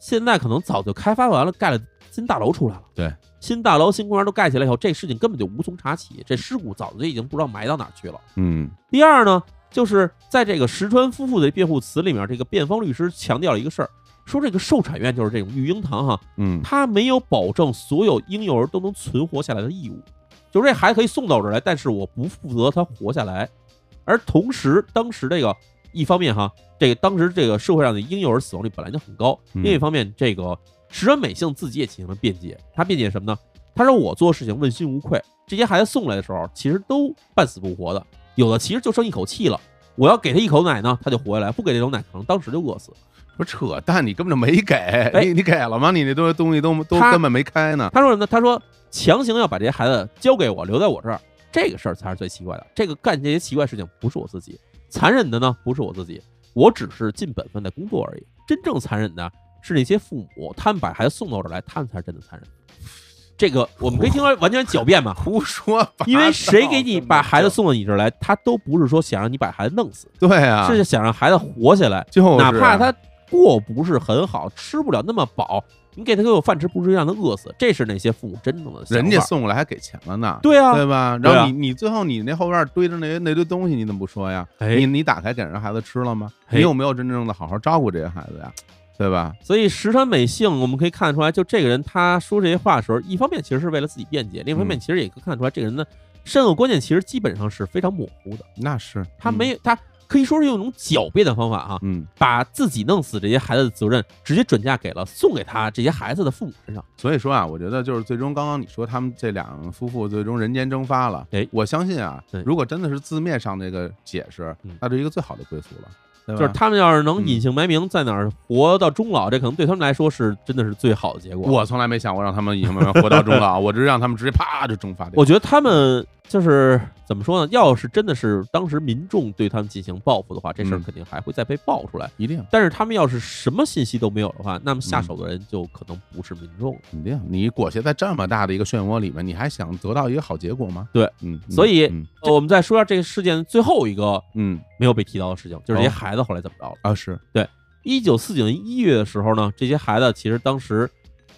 [SPEAKER 1] 现在可能早就开发完了，盖了新大楼出来了。
[SPEAKER 2] 对，
[SPEAKER 1] 新大楼、新公园都盖起来以后，这事情根本就无从查起，这尸骨早就已经不知道埋到哪儿去了。
[SPEAKER 2] 嗯
[SPEAKER 1] 第二呢，就是在这个石川夫妇的辩护词里面，这个辩方律师强调了一个事儿，说这个寿产院就是这种育婴堂哈，
[SPEAKER 2] 嗯
[SPEAKER 1] 它没有保证所有婴幼儿都能存活下来的义务，就是这孩子可以送到我这儿来，但是我不负责他活下来。而同时，当时这个一方面哈，这个当时这个社会上的婴幼儿死亡率本来就很高，
[SPEAKER 2] 嗯
[SPEAKER 1] 另一方面，这个石川美幸自己也进行了辩解，他辩解什么呢？他说我做事情问心无愧，这些孩子送来的时候其实都半死不活的，有的其实就剩一口气了。我要给他一口奶呢，他就活下来；不给这口奶，可能当时就饿死。
[SPEAKER 2] 不扯淡，你根本就没给，你你给了吗？你那东东西都都
[SPEAKER 1] 哎他
[SPEAKER 2] 根本没开呢。，
[SPEAKER 1] 他说什么呢？他说强行要把这些孩子交给我，留在我这儿，这个事儿才是最奇怪的。这个干这些奇怪事情不是我自己，残忍的呢不是我自己，我只是尽本分的工作而已。真正残忍的是那些父母，他们把孩子送到我这儿来，他们才是真的残忍。这个我们可以听到完全狡辩嘛
[SPEAKER 2] <laughs> 胡说八道，
[SPEAKER 1] 因为谁给你
[SPEAKER 2] 根本
[SPEAKER 1] 把孩子
[SPEAKER 2] 就
[SPEAKER 1] 送到你这儿来，他都不是说想让你把孩子弄死，
[SPEAKER 2] 对啊，
[SPEAKER 1] 是想让孩子活下来，
[SPEAKER 2] <laughs> 就是啊
[SPEAKER 1] 哪怕他过不是很好，吃不了那么饱。你给他口饭吃，不是让他饿死，这是那些父母真正的想
[SPEAKER 2] 人家
[SPEAKER 1] 法
[SPEAKER 2] 送过来还给钱了呢，
[SPEAKER 1] 对啊，
[SPEAKER 2] 对吧？
[SPEAKER 1] 对啊
[SPEAKER 2] 然后你你最后你那后院堆着那那堆东西，你怎么不说呀？
[SPEAKER 1] 哎
[SPEAKER 2] 你你打开给人孩子吃了吗？
[SPEAKER 1] 哎
[SPEAKER 2] 你有没有真正的好好照顾这些孩子呀？对吧？
[SPEAKER 1] 所以石川美幸，我们可以看得出来，就这个人他说这些话的时候，一方面其实是为了自己辩解，另一
[SPEAKER 2] 嗯
[SPEAKER 1] 方面其实也可以看得出来，这个人的善恶观念其实基本上是非常模糊的。
[SPEAKER 2] 那是嗯
[SPEAKER 1] 他没，有，他可以说是用一种狡辩的方法啊，
[SPEAKER 2] 嗯，嗯
[SPEAKER 1] 把自己弄死这些孩子的责任直接转嫁给了送给他这些孩子的父母身上。
[SPEAKER 2] 所以说啊，我觉得就是最终刚刚你说他们这两夫妇最终人间蒸发了，
[SPEAKER 1] 哎
[SPEAKER 2] 我相信啊
[SPEAKER 1] 对，
[SPEAKER 2] 如果真的是字面上这个解释
[SPEAKER 1] 嗯，
[SPEAKER 2] 那就一个最好的归宿了，对吧？
[SPEAKER 1] 就是他们要是能
[SPEAKER 2] 嗯
[SPEAKER 1] 隐姓埋名，在哪儿活到终老，这可能对他们来说是真的是最好的结果。
[SPEAKER 2] 我从来没想过让他们以后慢慢活到终
[SPEAKER 1] <laughs>
[SPEAKER 2] 老，我只是让他们直接啪就蒸发掉。
[SPEAKER 1] 我觉得他们就是怎么说呢？要是真的是当时民众对他们进行报复的话，这事儿
[SPEAKER 2] 嗯
[SPEAKER 1] 肯定还会再被爆出来。
[SPEAKER 2] 一定
[SPEAKER 1] 但是他们要是什么信息都没有的话，那么下手的人就可能不是民众了。
[SPEAKER 2] 肯定，你裹挟在这么大的一个漩涡里面，你还想得到一个好结果吗？
[SPEAKER 1] 对，
[SPEAKER 2] 嗯，嗯
[SPEAKER 1] 所以
[SPEAKER 2] 嗯
[SPEAKER 1] 呃我们再说一下这个事件最后一个
[SPEAKER 2] 嗯
[SPEAKER 1] 没有被提到的事情，就是这些
[SPEAKER 2] 哦
[SPEAKER 1] 孩子后来怎么着了。
[SPEAKER 2] 啊是，
[SPEAKER 1] 一九四九年一月的时候呢，这些孩子其实当时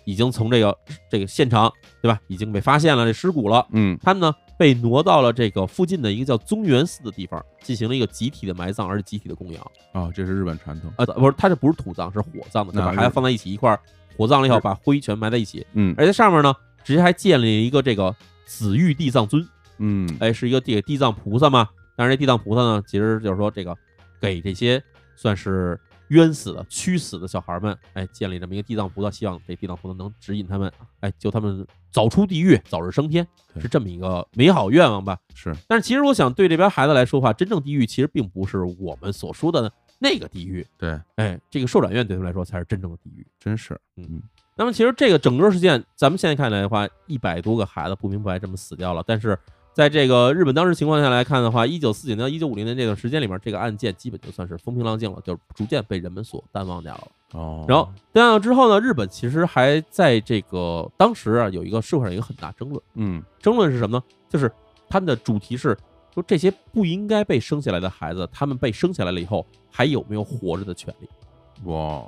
[SPEAKER 1] 已经从这个这个现场，对吧，已经被发现了这尸骨了。
[SPEAKER 2] 嗯
[SPEAKER 1] 他们呢被挪到了这个附近的一个叫宗元寺的地方，进行了一个集体的埋葬，而且集体的供养。
[SPEAKER 2] 哦，这是日本传统，
[SPEAKER 1] 呃，不是，它这不是土葬，是火葬的，就
[SPEAKER 2] 啊
[SPEAKER 1] 把孩子
[SPEAKER 2] 是
[SPEAKER 1] 放在一起一块儿火葬了以后，
[SPEAKER 2] 是
[SPEAKER 1] 把灰全埋在一起，
[SPEAKER 2] 嗯
[SPEAKER 1] 而且上面呢，直接还建立一个这个紫玉地藏尊，
[SPEAKER 2] 嗯
[SPEAKER 1] 哎，是一个地地藏菩萨嘛。当然，这地藏菩萨呢，其实就是说这个给这些算是冤死的、屈死的小孩们，哎，建立这么一个地藏菩萨，希望这地藏菩萨能指引他们，哎，救他们早出地狱，早日升天，
[SPEAKER 2] 对
[SPEAKER 1] 是这么一个美好愿望吧。
[SPEAKER 2] 是，
[SPEAKER 1] 但是其实我想对这边孩子来说的话，真正地狱其实并不是我们所说的那个地狱，
[SPEAKER 2] 对，
[SPEAKER 1] 哎，这个受展院对他们来说才是真正的地狱。
[SPEAKER 2] 真是，
[SPEAKER 1] 那么其实这个整个事件，咱们现在看来的话，一百多个孩子不明不白这么死掉了。但是在这个日本当时情况下来看的话，一九四九年到一九五零年这段时间里面，这个案件基本就算是风平浪静了，就是逐渐被人们所淡忘掉了。
[SPEAKER 2] 哦
[SPEAKER 1] 然后淡忘之后呢，日本其实还在这个当时啊有一个社会上有一个很大争论，
[SPEAKER 2] 嗯
[SPEAKER 1] 争论是什么呢？就是他们的主题是说这些不应该被生下来的孩子，他们被生下来了以后还有没有活着的权利？
[SPEAKER 2] 哇，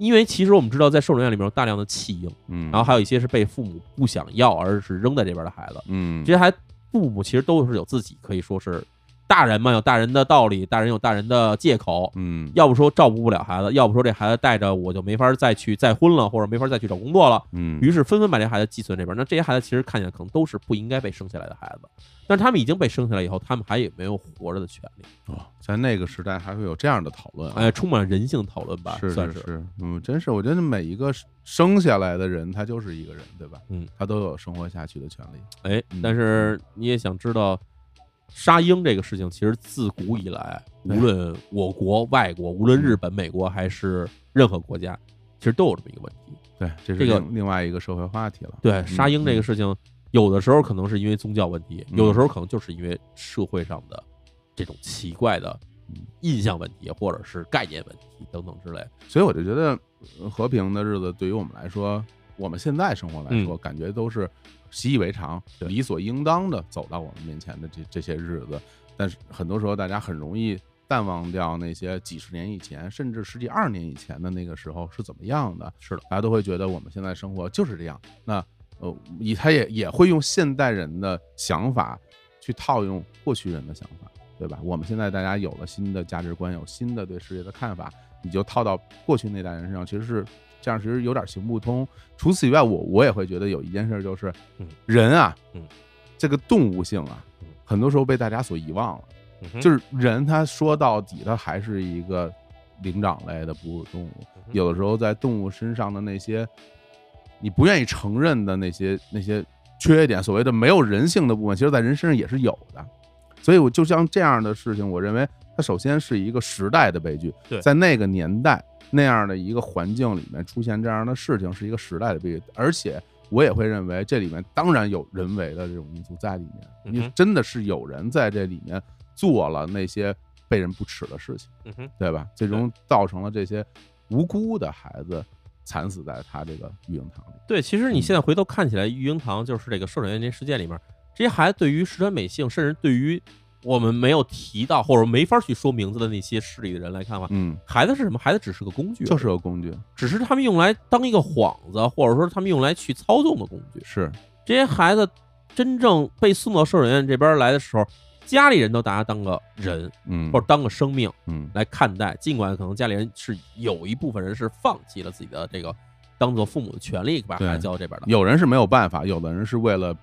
[SPEAKER 1] 因为其实我们知道，在兽人院里面有大量的弃婴。
[SPEAKER 2] 嗯，
[SPEAKER 1] 然后还有一些是被父母不想要而是扔在这边的孩子，
[SPEAKER 2] 嗯
[SPEAKER 1] 这些孩父母其实都是有自己可以说是大人嘛，有大人的道理，大人有大人的借口，
[SPEAKER 2] 嗯
[SPEAKER 1] 要不说照顾不了孩子，要不说这孩子带着我就没法再去再婚了，或者没法再去找工作了，
[SPEAKER 2] 嗯
[SPEAKER 1] 于是纷纷把这孩子寄存这边。那这些孩子其实看起来可能都是不应该被生下来的孩子，但是他们已经被生下来以后，他们还有没有活着的权利？
[SPEAKER 2] 哇，在那个时代还会有这样的讨论啊，
[SPEAKER 1] 哦哎，充满人性讨论吧，
[SPEAKER 2] 是
[SPEAKER 1] 算
[SPEAKER 2] 是是，嗯，真是，我觉得每一个生下来的人，他就是一个人，对吧？
[SPEAKER 1] 嗯，
[SPEAKER 2] 他都有生活下去的权利。
[SPEAKER 1] 哎
[SPEAKER 2] 嗯，
[SPEAKER 1] 但是你也想知道，杀婴这个事情，其实自古以来，无
[SPEAKER 2] 对
[SPEAKER 1] 论我国、外国，无论日本、美国还是任何国家，其实都有这么一个问题。
[SPEAKER 2] 对，这是
[SPEAKER 1] 这个
[SPEAKER 2] 另另外一个社会话题了。嗯
[SPEAKER 1] 对，杀婴这个事情，有的时候可能是因为宗教问题，
[SPEAKER 2] 嗯
[SPEAKER 1] 有的时候可能就是因为社会上的这种奇怪的
[SPEAKER 2] 嗯
[SPEAKER 1] 印象问题，或者是概念问题等等之类。
[SPEAKER 2] 所以我就觉得，呃和平的日子对于我们来说，我们现在生活来说，感觉都是习以为常、
[SPEAKER 1] 嗯对
[SPEAKER 2] 理所应当的走到我们面前的这这些日子。但是很多时候，大家很容易淡忘掉那些几十年以前，甚至十几二年以前的那个时候是怎么样的。
[SPEAKER 1] 是的，
[SPEAKER 2] 大家都会觉得我们现在生活就是这样。那呃，以他也也会用现代人的想法去套用过去人的想法，对吧？我们现在大家有了新的价值观，有新的对世界的看法，你就套到过去那代人身上，其实是这样，其实有点行不通。除此以外，我我也会觉得有一件事儿就是
[SPEAKER 1] 嗯，
[SPEAKER 2] 人啊，
[SPEAKER 1] 嗯，
[SPEAKER 2] 这个动物性啊
[SPEAKER 1] 嗯，
[SPEAKER 2] 很多时候被大家所遗忘了。
[SPEAKER 1] 嗯哼
[SPEAKER 2] 就是人，他说到底，他还是一个灵长类的哺乳动物。
[SPEAKER 1] 嗯哼
[SPEAKER 2] 有的时候在动物身上的那些你不愿意承认的那些那些缺点，所谓的没有人性的部分，其实在人身上也是有的。所以，我就像这样的事情，我认为它首先是一个时代的悲剧
[SPEAKER 1] 对，
[SPEAKER 2] 在那个年代那样的一个环境里面出现这样的事情，是一个时代的悲剧，而且。我也会认为这里面当然有人为的这种因素在里面，
[SPEAKER 1] 嗯
[SPEAKER 2] 因为
[SPEAKER 1] 哼
[SPEAKER 2] 真的是有人在这里面做了那些被人不耻的事情。
[SPEAKER 1] 嗯哼
[SPEAKER 2] 对吧？最终造成了这些无辜的孩子惨死在他这个育婴堂里。
[SPEAKER 1] 对，其实你
[SPEAKER 2] 嗯
[SPEAKER 1] 现在回头看起来，育婴堂就是这个受审院这事件里面，这些孩子对于石川美幸，甚至对于我们没有提到或者没法去说名字的那些势力的人来看的话，
[SPEAKER 2] 嗯，
[SPEAKER 1] 孩子是什么？孩子只是个工具，
[SPEAKER 2] 就是个工具，
[SPEAKER 1] 只是他们用来当一个幌子，或者说他们用来去操纵的工具。
[SPEAKER 2] 是
[SPEAKER 1] 这些孩子真正被送到受审院这边来的时候，家里人都把他当个人
[SPEAKER 2] 嗯
[SPEAKER 1] 或者当个生命
[SPEAKER 2] 嗯
[SPEAKER 1] 来看待，尽管可能家里人是有一部分人是放弃了自己的这个当做父母的权利，把孩子
[SPEAKER 2] 对
[SPEAKER 1] 交到这边的。
[SPEAKER 2] 有人是没有办法，有的人是为了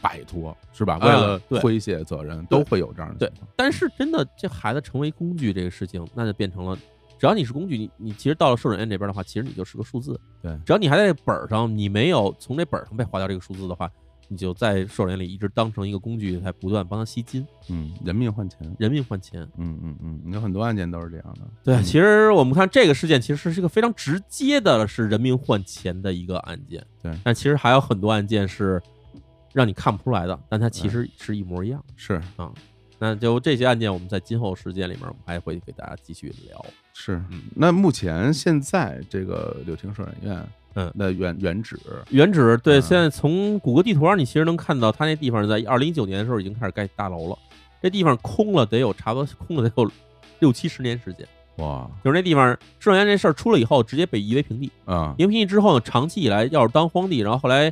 [SPEAKER 2] 摆脱，是吧？为了
[SPEAKER 1] 对
[SPEAKER 2] 推卸责任，
[SPEAKER 1] 对
[SPEAKER 2] 都会有这样的情况。
[SPEAKER 1] 但是真的，这孩子成为工具这个事情，那就变成了，只要你是工具，你你其实到了受审院这边的话，其实你就是个数字。
[SPEAKER 2] 对
[SPEAKER 1] 只要你还在这本儿上，你没有从这本儿上被划掉这个数字的话，你就在受审院里一直当成一个工具，来不断帮他吸金，
[SPEAKER 2] 嗯，人命换钱，
[SPEAKER 1] 人命换钱。
[SPEAKER 2] 嗯嗯嗯，有很多案件都是这样的。
[SPEAKER 1] 对，
[SPEAKER 2] 嗯
[SPEAKER 1] 其实我们看这个事件，其实是一个非常直接的，是人命换钱的一个案件。
[SPEAKER 2] 对
[SPEAKER 1] 但其实还有很多案件是让你看不出来的，但它其实是一模一样
[SPEAKER 2] 是
[SPEAKER 1] 啊。那就这些案件，我们在今后时间里面，我们还会给大家继续聊。
[SPEAKER 2] 是
[SPEAKER 1] 嗯，
[SPEAKER 2] 那目前现在这个柳亭圣人院，
[SPEAKER 1] 嗯
[SPEAKER 2] 的原原址，
[SPEAKER 1] 原址对，
[SPEAKER 2] 嗯
[SPEAKER 1] 现在从谷歌地图上，你其实能看到，它那地方在二零一九年的时候已经开始盖大楼了。这地方空了得有差不多空了得有六七十年时间，
[SPEAKER 2] 哇
[SPEAKER 1] 就是那地方郑源这事儿出了以后，直接被夷为平地。
[SPEAKER 2] 啊，
[SPEAKER 1] 夷为平地之后呢，长期以来要是当荒地，然后后来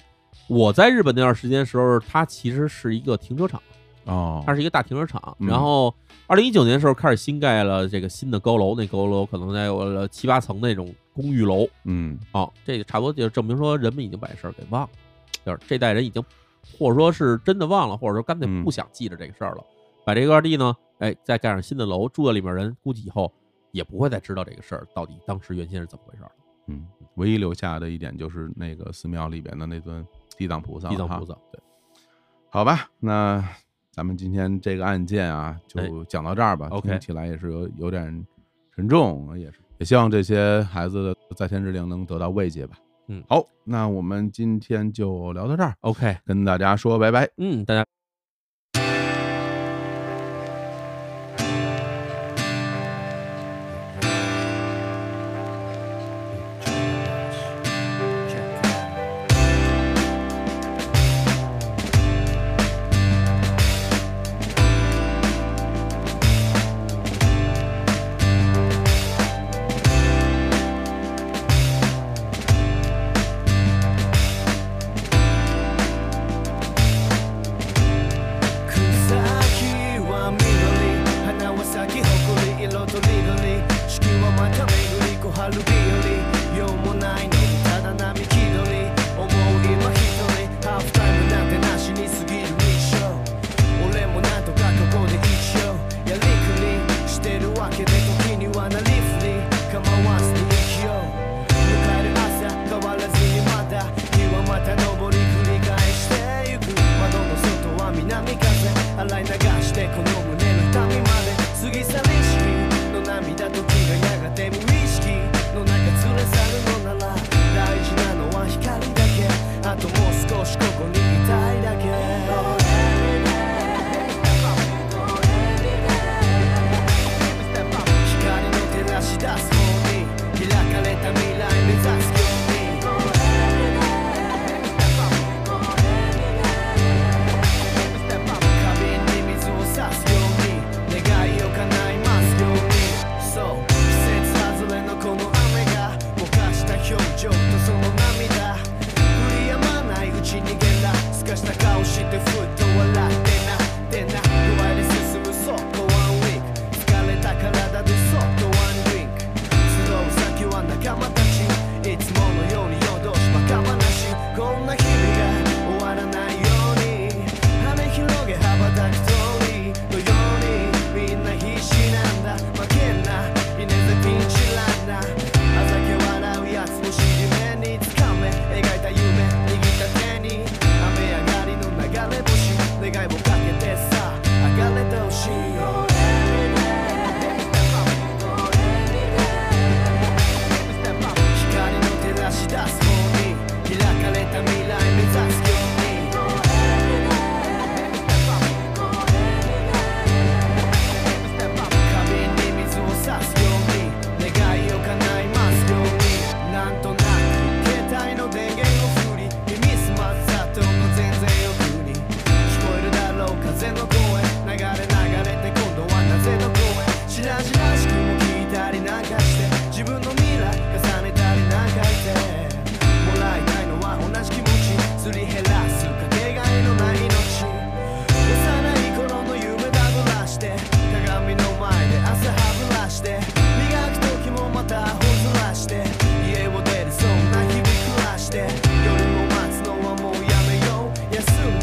[SPEAKER 1] 我在日本那段时间的时候，它其实是一个停车场，
[SPEAKER 2] 哦
[SPEAKER 1] 它，是一个大停车场。
[SPEAKER 2] 嗯
[SPEAKER 1] 然后二零一九年的时候开始新盖了这个新的高楼，那高楼可能在有了七八层那种公寓楼。
[SPEAKER 2] 嗯，
[SPEAKER 1] 哦，这个差不多就证明说人们已经把这事儿给忘了，就是这代人已经或者说是真的忘了，或者说干脆
[SPEAKER 2] 嗯
[SPEAKER 1] 不想记着这个事儿了，把这块地呢，哎，再盖上新的楼，住在里面人估计以后也不会再知道这个事儿到底当时原先是怎么回事儿了。
[SPEAKER 2] 嗯，唯一留下的一点就是那个寺庙里边的那尊地藏菩萨了
[SPEAKER 1] 地藏
[SPEAKER 2] 哈
[SPEAKER 1] 菩萨，对，
[SPEAKER 2] 好吧，那咱们今天这个案件啊，
[SPEAKER 1] 哎
[SPEAKER 2] 就讲到这儿吧。
[SPEAKER 1] OK
[SPEAKER 2] 听起来也是有有点沉重，也是也希望这些孩子的在天之灵能得到慰藉吧。
[SPEAKER 1] 嗯
[SPEAKER 2] 好，那我们今天就聊到这儿，
[SPEAKER 1] OK，
[SPEAKER 2] 跟大家说拜拜。
[SPEAKER 1] 嗯，大家。
[SPEAKER 3] Check 也是